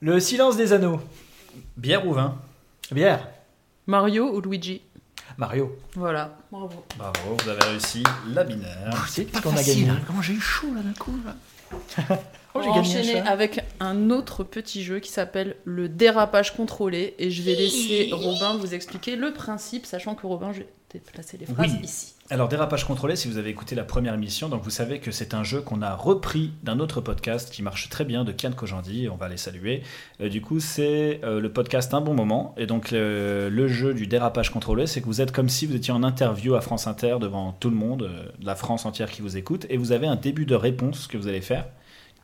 Le silence des anneaux.
Bière ou vin
Bière.
Mario ou Luigi
Mario.
Voilà, bravo.
Bravo, vous avez réussi la binaire.
C'est qu'est-ce qu'on a gagné
Comment j'ai eu chaud là d'un coup là.
Oh, j'ai
On va
gagné un
enchaîner
chat.
avec un autre petit jeu qui s'appelle le dérapage contrôlé et je vais laisser Robin vous expliquer le principe, sachant que Robin, je vais déplacer les phrases
Oui.
ici.
Alors, dérapage contrôlé, si vous avez écouté la première émission, donc vous savez que c'est un jeu qu'on a repris d'un autre podcast qui marche très bien de Kian Kojandi, on va les saluer. Euh, du coup, c'est euh, le podcast Un Bon Moment, et donc euh, le jeu du dérapage contrôlé, c'est que vous êtes comme si vous étiez en interview à France Inter devant tout le monde, euh, la France entière qui vous écoute, et vous avez un début de réponse que vous allez faire,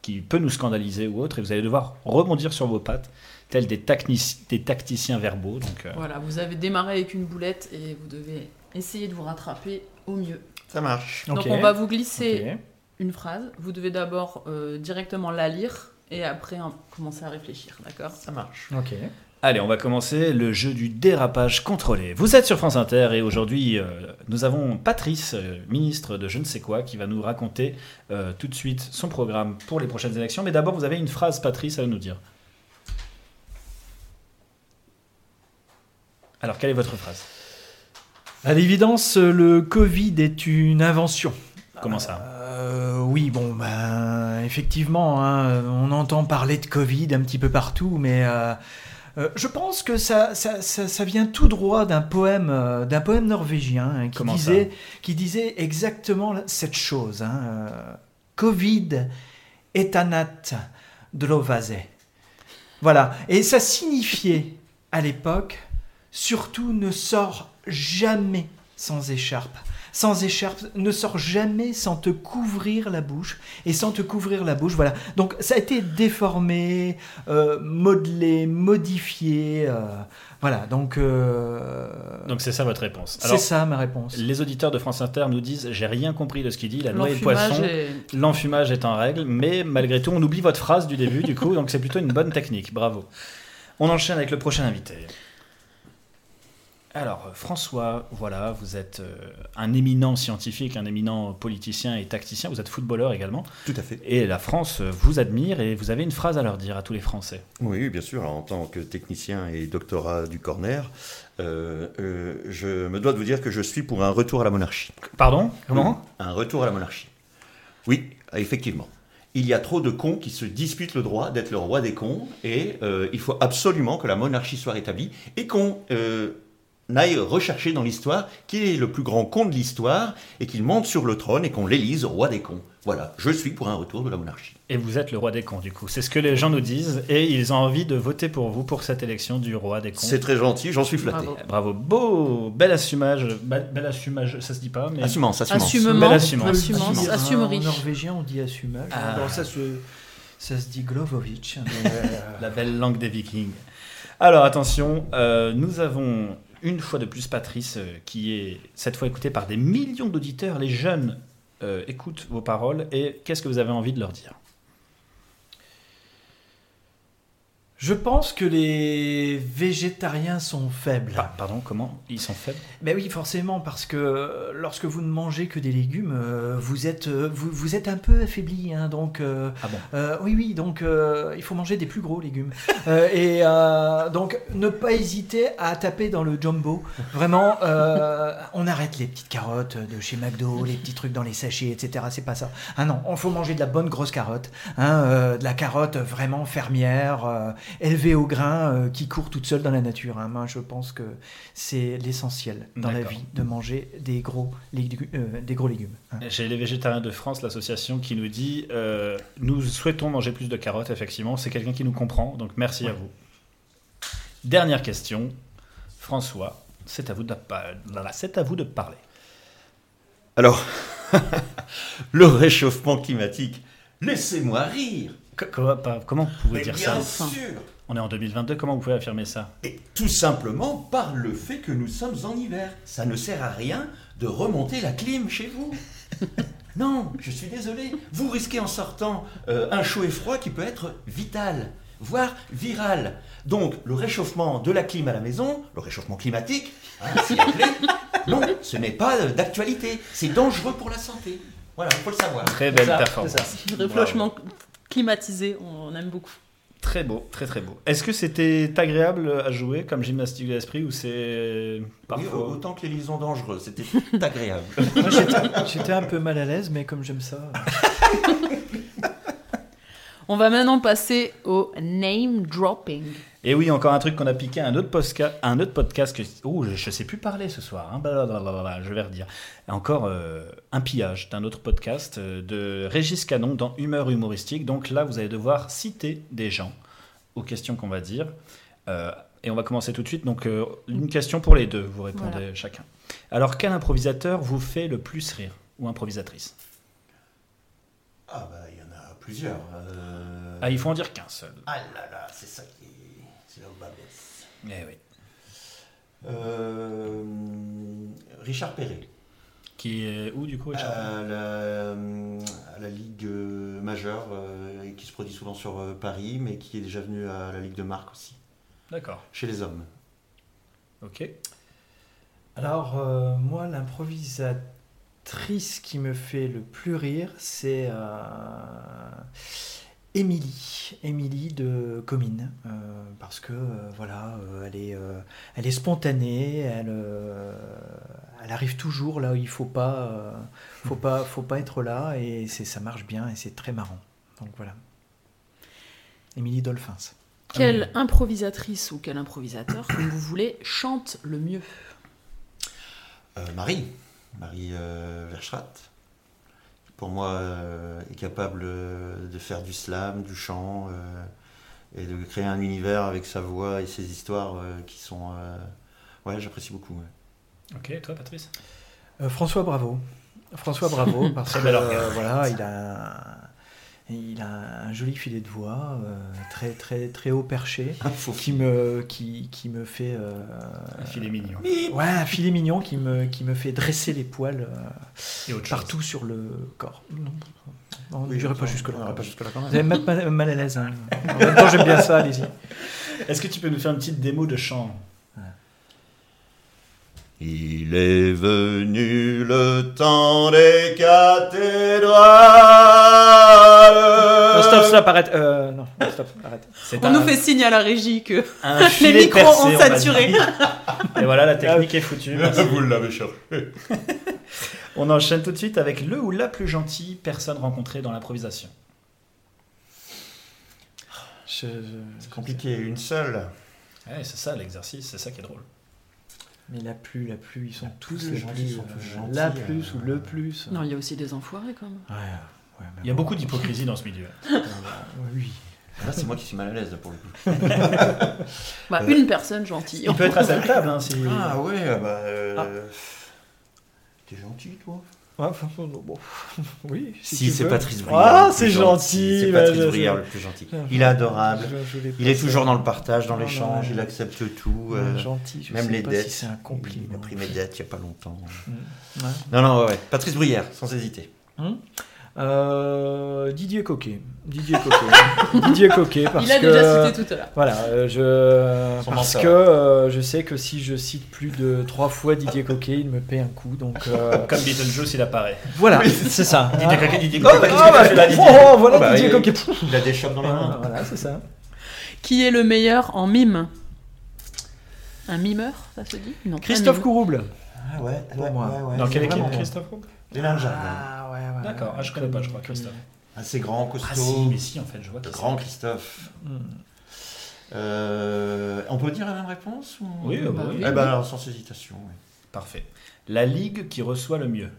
qui peut nous scandaliser ou autre, et vous allez devoir rebondir sur vos pattes, tels des, tacnici- des tacticiens verbaux. Donc, euh,
Voilà, vous avez démarré avec une boulette et vous devez essayer de vous rattraper au mieux.
Ça marche.
Ok.
Donc on va vous glisser
Ok.
une phrase, vous devez d'abord euh, directement la lire et après hein, commencer à réfléchir, d'accord
Ça marche.
Ok.
Allez, on va commencer le jeu du dérapage contrôlé. Vous êtes sur France Inter et aujourd'hui, euh, nous avons Patrice, euh, ministre de je ne sais quoi, qui va nous raconter euh, tout de suite son programme pour les prochaines élections. Mais d'abord, vous avez une phrase, Patrice, à nous dire. Alors, quelle est votre phrase
À l'évidence, le Covid est une invention.
Comment ça
Euh, oui, bon, ben, effectivement, hein, on entend parler de Covid un petit peu partout, mais euh, euh, je pense que ça, ça, ça, ça vient tout droit d'un poème, euh, d'un poème norvégien hein, qui,
Comment ça
disait, qui disait exactement cette chose. hein, euh, Covid etanat dlovase. Voilà, et ça signifiait à l'époque, surtout ne sors jamais sans écharpe. Sans écharpe, ne sors jamais sans te couvrir la bouche. Et sans te couvrir la bouche, voilà. Donc ça a été déformé, euh, modelé, modifié. euh, voilà, donc euh,
Donc, c'est ça votre réponse.
c'est
Alors,
ça ma réponse.
les auditeurs de France Inter nous disent J'ai rien compris de ce qu'il dit, la noix et le
L'enfumage
poisson.
est-
L'enfumage est en règle, mais malgré tout, on oublie votre phrase du début, du coup, donc c'est plutôt une bonne technique. Bravo. On enchaîne avec le prochain invité. Alors, euh, François, voilà, vous êtes euh, un éminent scientifique, un éminent politicien et tacticien, vous êtes footballeur également,
Tout à fait.
et la France euh, vous admire et vous avez une phrase à leur dire à tous les Français.
Oui, bien sûr. Alors, en tant que technicien et doctorat du corner, euh, euh, je me dois de vous dire que je suis pour un retour à la monarchie.
Pardon Comment
Un retour à la monarchie. Oui, effectivement. il y a trop de cons qui se disputent le droit d'être le roi des cons et euh, il faut absolument que la monarchie soit rétablie et qu'on euh, aille rechercher dans l'histoire qui est le plus grand con de l'histoire et qu'il monte sur le trône et qu'on l'élise roi des cons. Voilà, je suis pour un retour de la monarchie.
Et vous êtes le roi des cons, du coup. C'est ce que les gens nous disent, et ils ont envie de voter pour vous pour cette élection du roi des cons.
C'est très gentil, j'en suis flatté.
Bravo.
Bravo, beau, bel assumage, bel, bel assumage, ça se dit pas, mais
Assumance, assumance.
Assumement,
Belle assumance.
assumance,
Dire,
assumerie.
En norvégien, on dit assumage.
hein, Ah.
Alors ça se, ça se dit Glovovic. mais, euh,
la belle langue des Vikings. Alors attention, euh, nous avons une fois de plus Patrice euh, qui est cette fois écoutée par des millions d'auditeurs. Les jeunes euh, écoutent vos paroles et qu'est-ce que vous avez envie de leur dire
je pense que les végétariens sont faibles.
Pa- Ah, Pardon, comment Ils sont faibles
Ben oui, forcément, parce que euh, lorsque vous ne mangez que des légumes, euh, vous êtes, euh, vous, vous êtes un peu affaibli, hein, donc. euh,
Ah bon
euh, oui, oui, donc euh, il faut manger des plus gros légumes. Euh, et euh, donc, ne pas hésiter à taper dans le jumbo. Vraiment, euh, on arrête les petites carottes de chez McDo, les petits trucs dans les sachets, etc. C'est pas ça. Ah non, il faut manger de la bonne grosse carotte, hein, euh, de la carotte vraiment fermière, euh, élevée au grain, euh, qui court toute seule dans la nature. hein. Moi, je pense que c'est l'essentiel dans la
D'accord.
vie de manger des gros, légu- euh, des gros légumes. hein.
J'ai les végétariens de France, l'association qui nous dit euh, nous souhaitons manger plus de carottes. Effectivement, c'est quelqu'un qui nous comprend, donc merci à vous. Dernière question, François, c'est à vous de pa- c'est à vous de parler.
Alors, le réchauffement climatique, laissez-moi rire.
Co- co- pa- Comment vous pouvez
Mais
dire ça
bien sûr.
On est en 2022, comment vous pouvez affirmer ça
Et tout simplement par le fait que nous sommes en hiver. Ça ne sert à rien de remonter la clim chez vous. non, je suis désolé. Vous risquez en sortant euh, un chaud et froid qui peut être vital, voire viral. Donc le réchauffement de la clim à la maison, le réchauffement climatique, hein, c'est appelé, non, ce n'est pas euh, d'actualité. C'est dangereux pour la santé. Voilà, il faut le savoir.
Très belle
Ça,
performance.
Réfléchissement climatisé, on aime beaucoup.
Très beau, très très beau. Est-ce que c'était agréable à jouer comme gymnastique de l'esprit ou c'est
Oui,
parfois
autant que les liaisons dangereuses, c'était agréable.
Moi, j'étais- J'étais un peu mal à l'aise, mais comme j'aime ça. euh,
On va maintenant passer au name dropping.
Et oui, encore un truc qu'on a piqué à un autre, posca- à un autre podcast que. Oh, je, je sais plus parler ce soir. hein. Blablabla, je vais redire. Et Encore euh, un pillage d'un autre podcast euh, de Régis Canon dans Humeur humoristique. Donc là, vous allez devoir citer des gens aux questions qu'on va dire. Euh, et on va commencer tout de suite. Donc euh, une question pour les deux. Vous répondez chacun. Alors, quel improvisateur vous fait le plus rire ou improvisatrice
Ah bah il y en a plusieurs. euh,
Ah, il faut en dire qu'un seul.
Ah là là, c'est ça qui est... C'est là où bas blesse.
Eh oui.
Euh, Richard Perret,
Qui est où du coup Richard
à la, à la Ligue euh, majeure, euh, et qui se produit souvent sur euh, Paris, mais qui est déjà venu à la Ligue de Marc aussi,
D'accord.
chez les hommes.
Ok.
Alors, euh, moi, l'improvisatrice qui me fait le plus rire, c'est euh, Émilie. Émilie de Comines. euh, parce que, euh, voilà, euh, elle, est, euh, elle est spontanée, elle, euh, elle arrive toujours là où il faut pas, euh, faut pas, faut pas être là, et c'est- ça marche bien, et c'est très marrant. Donc voilà. Émilie Dolphins.
Quelle improvisatrice ou quel improvisateur, comme vous voulez, chante le mieux
Euh, Marie, Marie euh, Verstraete, qui pour moi euh, est capable euh, de faire du slam, du chant, euh, et de créer un univers avec sa voix et ses histoires euh, qui sont... euh, Ouais, j'apprécie beaucoup. ouais.
Ok, et toi Patrice
Euh, François Bravo. François Bravo, parce que
Très bel
euh,
organe.
voilà, il a, un, il a un joli filet de voix, euh, très très très haut perché, qui me qui, qui me fait euh,
Un filet mignon.
ouais un filet mignon qui me qui me fait dresser les poils euh,
Et autre chose.
partout sur le corps. Non, on
Oui,
dirait pas
on-
jusque
on
là.
n'ira pas jusque-là quand
Vous avez même mal, mal à l'aise. hein. En même temps, j'aime bien ça, allez-y.
Est-ce que tu peux nous faire une petite démo de chant
Il est venu le temps des cathédrales.
Non, stop, stop, arrête. Euh, non, stop, arrête.
C'est
On
un-
nous fait signe à la régie que
un
les
filet
micros
percé, on
ont
va
saturé.
dire. Et voilà, la technique est foutue. Merci.
Vous l'avez cherché.
On enchaîne tout de suite avec le ou la plus gentille personne rencontrée dans l'improvisation.
Je- je-
C'est compliqué, une seule.
Ouais, c'est ça l'exercice, c'est ça qui est drôle.
Mais la pluie, la pluie, ils sont tous
pluie,
les
les gens qui
plus.
sont
euh,
tous gentils,
la
euh,
plus ou le plus.
Non, il y a aussi des enfoirés quand même.
Ouais, ouais, mais
Il y a
bon,
beaucoup d'hypocrisie dans ce milieu.
euh, Oui.
Là, c'est moi qui suis mal à l'aise, là, pour le coup.
Euh,
Bah, une personne gentille.
Il peut être acceptable, hein, si.
Ah ouais, bah.
Ah.
euh,
T'es gentil, toi
Ouais, enfin, bon, bon, oui. Si,
Si,
tu
c'est
veux.
Patrice Brière.
Ah,
le plus
c'est gentil,
C'est
bah,
Patrice
je- Ah.
Brière le plus gentil. Il est adorable.
Je- je l'ai
Il est
pas
toujours dans le partage, dans
Non,
l'échange,
non,
il
non.
accepte tout.
fait.
euh,
Ouais, gentil. Je
même
sais
les
pas
dettes.
Si c'est un compliment. Mm.
Il a pris mes dettes il n'y a pas longtemps.
Ouais.
Non, non, ouais, ouais. Patrice Brière, sans hésiter.
Euh, Didier Coquet. Didier Coquet. Didier Coquet parce
Il a
que
déjà cité tout à l'heure.
Voilà, euh, je
Son
parce
mentor.
que euh, je sais que si je cite plus de trois fois Didier Coquet, il me paie un coup. Donc euh,
Comme Beetlejuice, il apparaît.
voilà, c'est ça.
Ah.
Didier Coquet, Didier
Oh,
Coquet,
bah,
qu'est-ce
oh,
que t'as
bah,
fait là, Didier
oh, voilà
Oh, bah,
Didier
il-
Coquet. Ah,
Il a des chopes dans les mains.
Voilà, c'est ça.
Qui est le meilleur en mime Un mimeur, ça se dit Non. un
Christophe
mime.
Courouble.
Ah ouais,
Pour ouais, moi. ouais,
dans quelle équipe
vraiment.
Christophe Roux
Les linges.
Ah ouais, ouais.
D'accord, ah, je connais pas, je crois, Christophe.
Assez grand,
Ah si,
costaud.
mais si, en fait, je vois. qui c'est.
grand Christophe.
Hmm.
Euh, on peut dire la même réponse ou...
Oui, euh, bah oui.
Eh ben alors, sans hésitation. ouais.
Parfait. La ligue qui reçoit le mieux.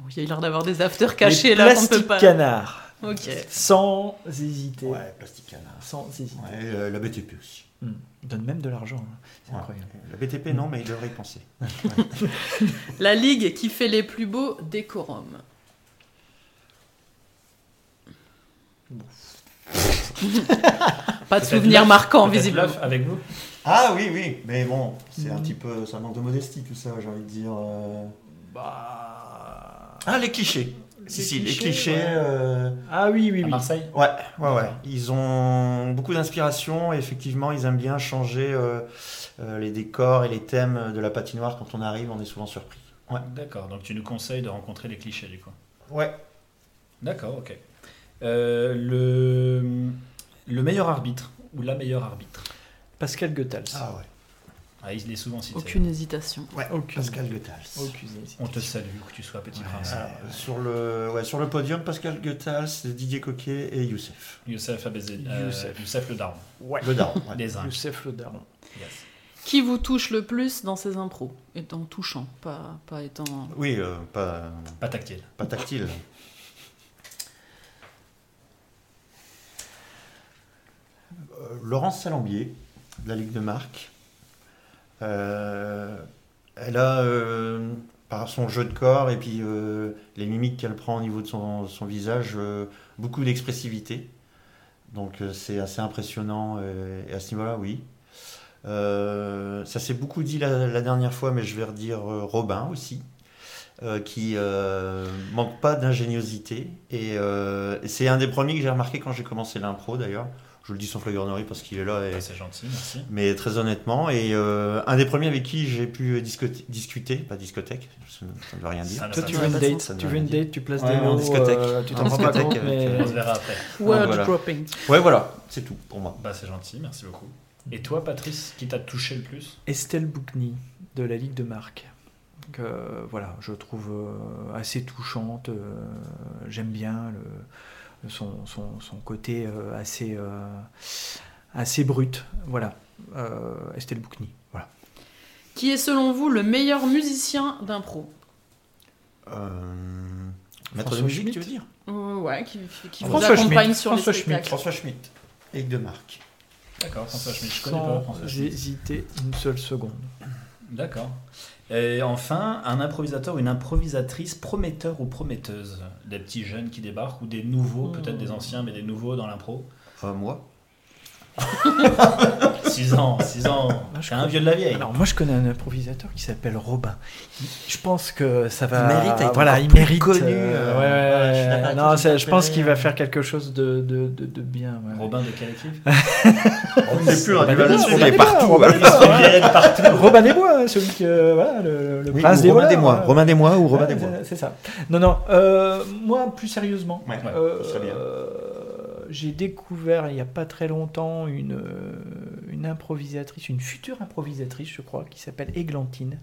Oh, Il y a l'air d'avoir des afters cachés
Les
là, on ne peut
Plastic
pas.
Canard.
Ok.
Sans hésiter.
Ouais, plastique canard.
Sans hésiter.
Ouais, euh, la BTP aussi.
Hmm. Il donne même de l'argent. hein. C'est
Ouais.
incroyable.
La BTP, non, mais il devrait y penser.
La ligue qui fait les plus beaux décorums. pas de
Peut-être
souvenir
neuf,
marquant,
peut-être
visiblement.
neuf avec vous
Ah oui, oui, mais bon, c'est un petit peu. Ça manque de modestie, tout ça, j'ai envie de dire. euh.
Bah.
Ah, les clichés. si, si, les
clichés,
clichés.
ouais.
euh,
Ah oui, oui,
À
oui.
Marseille
Ouais, ouais, ouais. Ils ont beaucoup d'inspiration et effectivement, ils aiment bien changer euh, euh, les décors et les thèmes de la patinoire. Quand on arrive, on est souvent surpris. Ouais.
D'accord, donc tu nous conseilles de rencontrer les clichés, du coup.
Ouais.
D'accord, ok. Euh, le... le meilleur arbitre, ou la meilleure arbitre
Pascal Goethals.
Ah ouais.
ah, Il est souvent cité.
Aucune hésitation.
Ouais,
Aucune.
Pascal Goethals.
Aucune hésitation.
On te salue, que tu sois petit prince.
Ah.
Alors, Ah, sur, le, ouais, sur le podium, Pascal Goethals, Didier Coquet et Youssef.
Youssef Abézé, euh,
Youssef.
Youssef le daron.
Ouais.
Le daron. ouais.
Les uns.
Youssef Le Daron.
Yes.
Qui vous touche le plus dans ces impros Étant touchant, pas, pas étant.
Oui, euh, pas,
Pas tactile.
pas tactile. Euh, Laurence Salambier, de la Ligue de Marc. Euh, elle a, euh, par son jeu de corps et puis euh, les mimiques qu'elle prend au niveau de son, son visage, euh, beaucoup d'expressivité. Donc euh, c'est assez impressionnant. euh, et à ce niveau-là, oui. Euh, ça s'est beaucoup dit la, la dernière fois, mais je vais redire euh, Robin aussi, euh, qui euh, manque pas d'ingéniosité. Et euh, c'est un des premiers que j'ai remarqué quand j'ai commencé l'impro d'ailleurs. Je le dis sans flagornerie parce qu'il est là et
Ah, C'est gentil, merci.
mais très honnêtement, et euh, un des premiers avec qui j'ai pu discuter, discuter, pas discothèque, ça ne veut rien dire.
Ça ne
Toi,
va
tu
pas.
veux une
Ça
date,
ne
tu
veut
veux une
rien dire.
date, tu places
Ouais,
des
en
mots,
discothèque.
euh, tu t'en
En
rends pas
discothèque
compte,
avec,
mais
euh,
On se verra après.
Word
voilà.
dropping.
Ouais, voilà, c'est tout pour moi.
Bah, c'est gentil, merci beaucoup. Et toi, Patrice, qui t'a touché le plus
Estelle Boukny de la Ligue de Marc. que voilà, je trouve euh, assez touchante. euh, J'aime bien le, son, son- son côté euh, assez, euh, assez brut. Voilà, Euh, Estelle Boukny. Voilà.
Qui est selon vous le meilleur musicien d'impro
Euh, maître
François
de musique,
Schmitt.
tu veux dire
Euh, Ouais, qui, qui vous
Ah, François
accompagne
Schmitt,
sur
François
les
Schmitt.
spectacles.
François Schmitt, et de Marc.
D'accord, François Schmitt, je connais pas François
Sans
Schmitt.
hésiter une seule seconde.
D'accord. Et enfin, un improvisateur ou une improvisatrice prometteur ou prometteuse Des petits jeunes qui débarquent ou des nouveaux, peut-être
Hmm.
des anciens, mais des nouveaux dans l'impro
Euh, moi
6 ans, 6 ans,
Ah, je
t'es un vieux de la vieille.
Alors moi je connais un improvisateur qui s'appelle Robin. Je pense que ça va.
Il mérite à être
voilà,
encore
il
plus
mérite.
connu,
euh,
euh,
ouais,
voilà, je suis
ouais,
d'accord
ouais.
avec
non,
toi, je
c'est- je pense
t'appelle,
qu'il
euh,
va faire quelque chose de, de, de, de bien. ouais.
Robin de quelle équipe
On ne sait plus, on
Bah,
est
d'accord,
là-dessus, on
on
est
est
partout.
d'accord, on est
voilà.
d'accord.
partout.
Robin des Bois, hein, celui que euh, voilà le, le
Oui,
prince
ou
des
Romain
Bois,
des Mois,
ouais.
Romain des Mois ou Romain
Ouais,
des Mois.
c'est- C'est ça. Non non. euh, moi plus sérieusement,
Ouais, ouais,
euh,
très bien.
euh, j'ai découvert il n'y a pas très longtemps une euh, une improvisatrice, une future improvisatrice je crois, qui s'appelle Églantine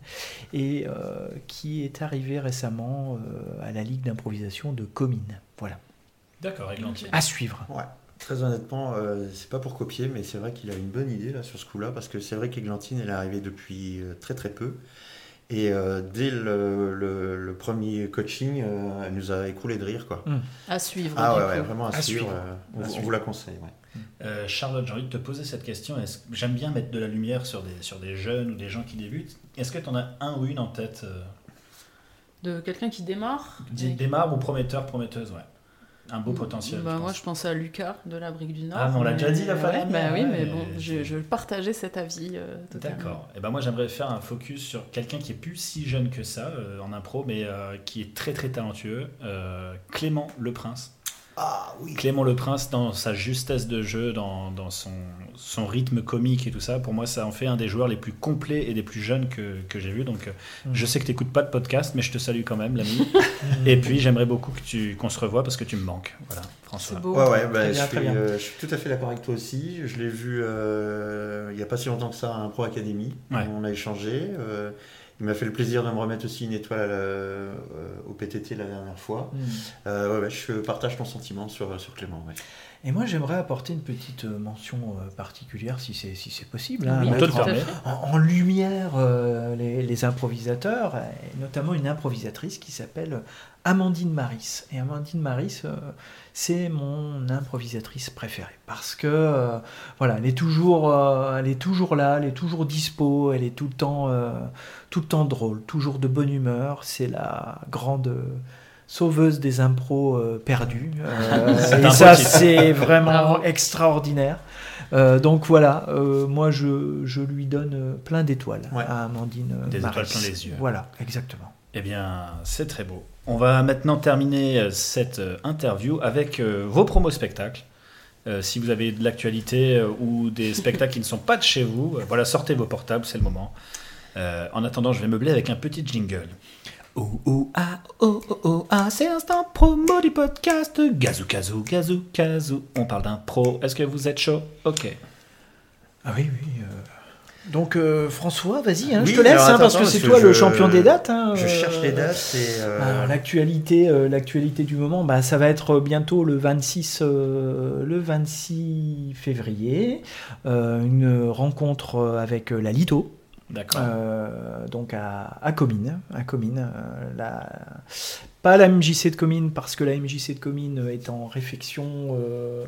et euh, qui est arrivée récemment euh, à la ligue d'improvisation de Comines. Voilà.
D'accord, Eglantine.
À suivre.
Très honnêtement, euh, c'est pas pour copier, mais c'est vrai qu'il a une bonne idée là sur ce coup-là, parce que c'est vrai qu'Eglantine, elle est arrivée depuis euh, très très peu. Et euh, dès le, le- le premier coaching, euh, elle nous a écroulé de rire, quoi.
À suivre.
Ah
du
ouais, ouais,
coup.
vraiment à,
À
suivre.
suivre.
euh, on,
À
vous- on
suivre.
vous la conseille. ouais.
Euh, Charlotte, j'ai envie de te poser cette question. Est-ce- J'aime bien mettre de la lumière sur des, sur des jeunes ou des gens qui débutent. Est-ce que tu en as un ou une en tête euh,
De quelqu'un qui démarre.
qui
et-
Démarre ou prometteur, prometteuse, ouais. Un beau potentiel.
Bah,
je
moi,
pense.
je pensais à Lucas de la Brique du Nord.
Ah, mais on l'a déjà dit la fois
Ouais,
dernière,
Bah oui,
ouais,
mais
mais-
bon, je, je partageais cet avis euh, totalement.
D'accord. Et ben moi j'aimerais faire un focus sur quelqu'un qui est plus si jeune que ça euh, en impro, mais euh, qui est très très talentueux, euh, Clément Le Prince. Ah oui. Clément Le Prince dans sa justesse de jeu, dans, dans son, son rythme comique et tout ça, pour moi ça en fait un des joueurs les plus complets et des plus jeunes que, que j'ai vu. Donc euh, je sais que t'écoutes pas de podcast, mais je te salue quand même l'ami. et puis j'aimerais beaucoup que tu qu'on se revoie parce que tu me manques. Voilà,
C'est
François.
beau.
Ouais, ouais, bah,
Très
je,
bien, très
suis,
bien.
euh, je suis tout à fait d'accord avec toi aussi. Je l'ai vu euh, il n'y a pas si longtemps que ça à un Pro Academy.
Ouais.
On a échangé. euh, il m'a fait le plaisir de me remettre aussi une étoile à la- euh, au PTT la dernière fois.
Hmm.
Euh, ouais, ouais, je partage ton sentiment sur, sur Clément. ouais.
Et moi, j'aimerais apporter une petite euh, mention euh, particulière, si c'est si c'est possible. hein,
Oui,
On te le
mettre
tout à
en-
permet.
fait.
en, en lumière euh, les, les improvisateurs, et notamment une improvisatrice qui s'appelle Amandine Maris. Et Amandine Maris, euh, c'est mon improvisatrice préférée parce que euh, voilà, elle est toujours, euh, elle est toujours là, elle est toujours dispo, elle est tout le temps, euh, tout le temps drôle, toujours de bonne humeur. C'est la grande euh, sauveuse des impros euh, perdus. Euh,
C'est
et
un
ça,
beau titre.
c'est
Bravo.
vraiment extraordinaire. Euh, donc voilà, euh, moi je, je lui donne euh, plein d'étoiles
Ouais.
à Amandine. euh,
Des
Maris.
étoiles plein les yeux.
Voilà, exactement.
Eh bien, c'est très beau. On va maintenant terminer euh, cette euh, interview avec euh, vos promos spectacles. Euh, si vous avez de l'actualité euh, ou des spectacles qui ne sont pas de chez vous, euh, voilà, sortez vos portables, c'est le moment. Euh, en attendant, je vais meubler avec un petit jingle.
Ouh, ouh, ah, oh, oh, oh, ah, c'est l'instant promo du podcast.
Gazou, gazou, gazou, gazou. On parle d'un pro. Est-ce que vous êtes chaud Ok.
Ah oui, oui. euh. Donc euh, François, vas-y, hein,
Oui,
je te laisse,
alors,
hein,
attends,
parce que
attends,
c'est
parce
toi
que
le
je-
champion des dates. hein,
Je
euh, bah,
cherche les dates et. euh,
Alors, l'actualité, euh, l'actualité du moment, bah, ça va être bientôt le 26, euh, le 26 février, euh, une rencontre euh, avec euh, la Lito,
D'accord.
euh, donc à, à Comines, à Comines, euh, la- pas la MJC de Comines parce que la MJC de Comines est en réflexion euh,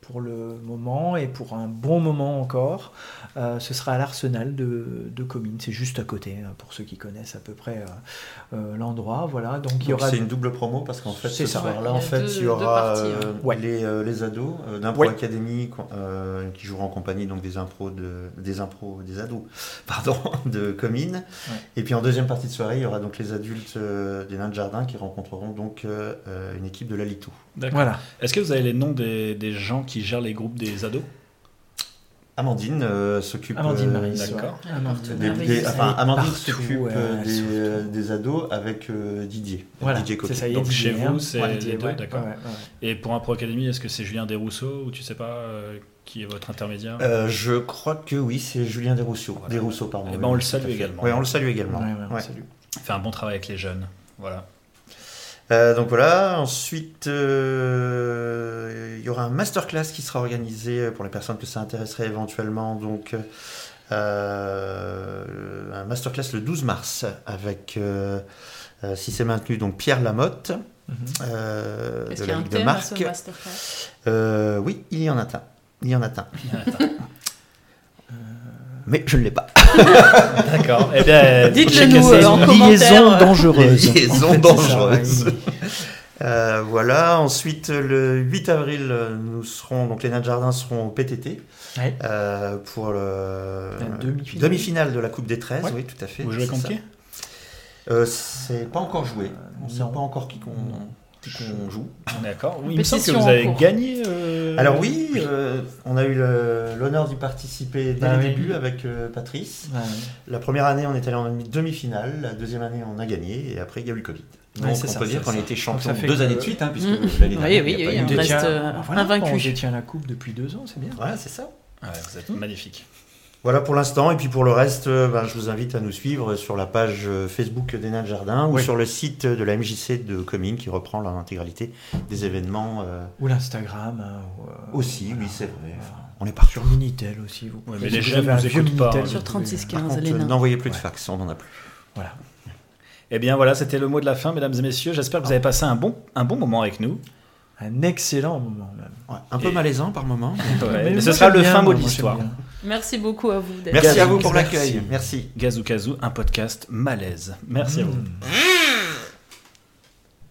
pour le moment et pour un bon moment encore. Euh, ce sera à l'Arsenal de, de Comines, c'est juste à côté hein, pour ceux qui connaissent à peu près euh, euh, l'endroit. Voilà, donc il y
donc
aura
c'est une double promo parce qu'en fait
C'est
ce
ça.
Ouais,
soir-là
il y
en
a
fait
deux-
il y
deux
aura
parties, hein.
euh,
ouais.
les, euh, les ados euh, d'impro
Ouais.
académie qu'on- euh, qui joueront en compagnie donc des impros de des impros des ados pardon de Comines
Ouais.
et puis en deuxième partie de soirée il y aura donc les adultes euh, des nains de jardin qui rencontreront donc euh, euh, une équipe de l'Alito.
D'accord.
voilà.
Est-ce que vous avez les noms des, des gens qui gèrent les groupes des ados
Amandine euh, s'occupe
Amandine
euh,
Maris.
d'accord.
ouais. Amandine
des,
Maris,
des-
elle
enfin, Amandine
partout,
s'occupe
ouais,
euh,
elle
des,
s'occupe.
euh, des ados avec euh, Didier
Voilà,
Didier Coquet.
c'est ça, il y a
Donc,
Didier,
chez
hein.
vous, c'est
Ouais,
les
Didier,
deux,
ouais,
d'accord.
ouais, ouais, ouais.
Et pour un pro académie, est-ce que c'est Julien Desrousseaux ou tu sais pas euh, qui est votre intermédiaire
Euh, je crois que oui, c'est Julien Desrousseaux.
Voilà.
Desrousseaux, pardon.
Eh
oui,
ben, on
oui,
le
tout
salue
à fait.
également.
Oui, on le salue également.
Ouais, ouais, on
Ouais.
salue.
Fait un bon travail avec les jeunes. Voilà.
Euh, donc voilà, ensuite, euh, il y aura un masterclass qui sera organisé pour les personnes que ça intéresserait éventuellement. Donc, euh, un masterclass le 12 mars avec, euh, euh, si c'est maintenu, donc Pierre Lamotte.
Est-ce
euh, de
qu'il y
la
a un
Ligue de
thème à ce
Marc.
masterclass
Euh, oui, il y en a un. Il y en a un. Mais je ne l'ai pas.
D'accord. Eh bien,
Dites-le
je sais
nous,
que
euh,
c'est-
en
Liaison
commentaire.
dangereuse.
Les liaisons
En fait, c'est ça,
dangereuses.
ouais.
Euh, voilà, ensuite le 8 avril, euh, nous serons, donc les nains de jardin seront au PTT
Ouais.
euh, pour le,
La demi-finale.
demi-finale de la Coupe des 13,
Ouais.
oui, tout à fait.
Vous jouez
c'est
contre
ça.
qui
Euh, C'est pas encore joué, on sait
non.
pas encore qui qu'on
Non.
qui qu'on joue.
D'accord. Oui, il me semble que
Compétition
vous
en
avez
cours.
gagné. euh,
Alors oui, euh, on a eu le- l'honneur d'y participer dès
Bah
le
oui.
début avec euh, Patrice.
Ouais, ouais.
La première année, on est allé en demi-finale, la deuxième année, on a gagné, et après, il y a eu le Covid.
Ouais,
Donc
c'est
on
ça,
peut
c'est
dire qu'on
ça.
a été champion
Donc ça fait
deux
que-
années de suite, hein, puisque
Mm.
l'année dernière,
Oui,
il
oui,
y a pas
oui,
eu
on
de-
reste
détient-
euh,
voilà,
invaincu.
On détient la coupe depuis deux ans, c'est bien.
Ouais, c'est ça.
Ah ouais, vous êtes magnifique.
Voilà pour l'instant. Et puis pour le reste, euh, ben, je vous invite à nous suivre sur la page euh, Facebook des Nains de Jardin ou
Oui.
sur le site de la MJC de Comines qui reprend l'intégralité des événements euh,
Ou l'Instagram. hein, ou, euh,
aussi.
voilà.
Oui, c'est vrai.
Voilà.
On est parti.
Sur Minitel aussi. Vous
Ouais,
pouvez-
mais les
si vous
jeunes
avez un
nous
vieux
écoutent pas,
Minitel,
hein.
vous
Sur
pouvez-
3615, les
Contre,
nains.
N'envoyez plus de fax, on n'en a plus.
Voilà.
Eh bien voilà, c'était le mot de la fin, mesdames et messieurs. J'espère que vous avez passé un bon, un bon moment avec nous.
Un excellent moment même.
un peu
peu
malaisant par moment.
Ouais, mais
moi,
ce sera
j'aime
le
bien,
fin mot
moi,
de
j'aime
l'histoire.
bien.
Merci beaucoup à vous d'être
Merci à
Gazou.
vous pour
Merci.
l'accueil. Merci.
Gazoukazou, un podcast malaise. Merci à vous.
Mm.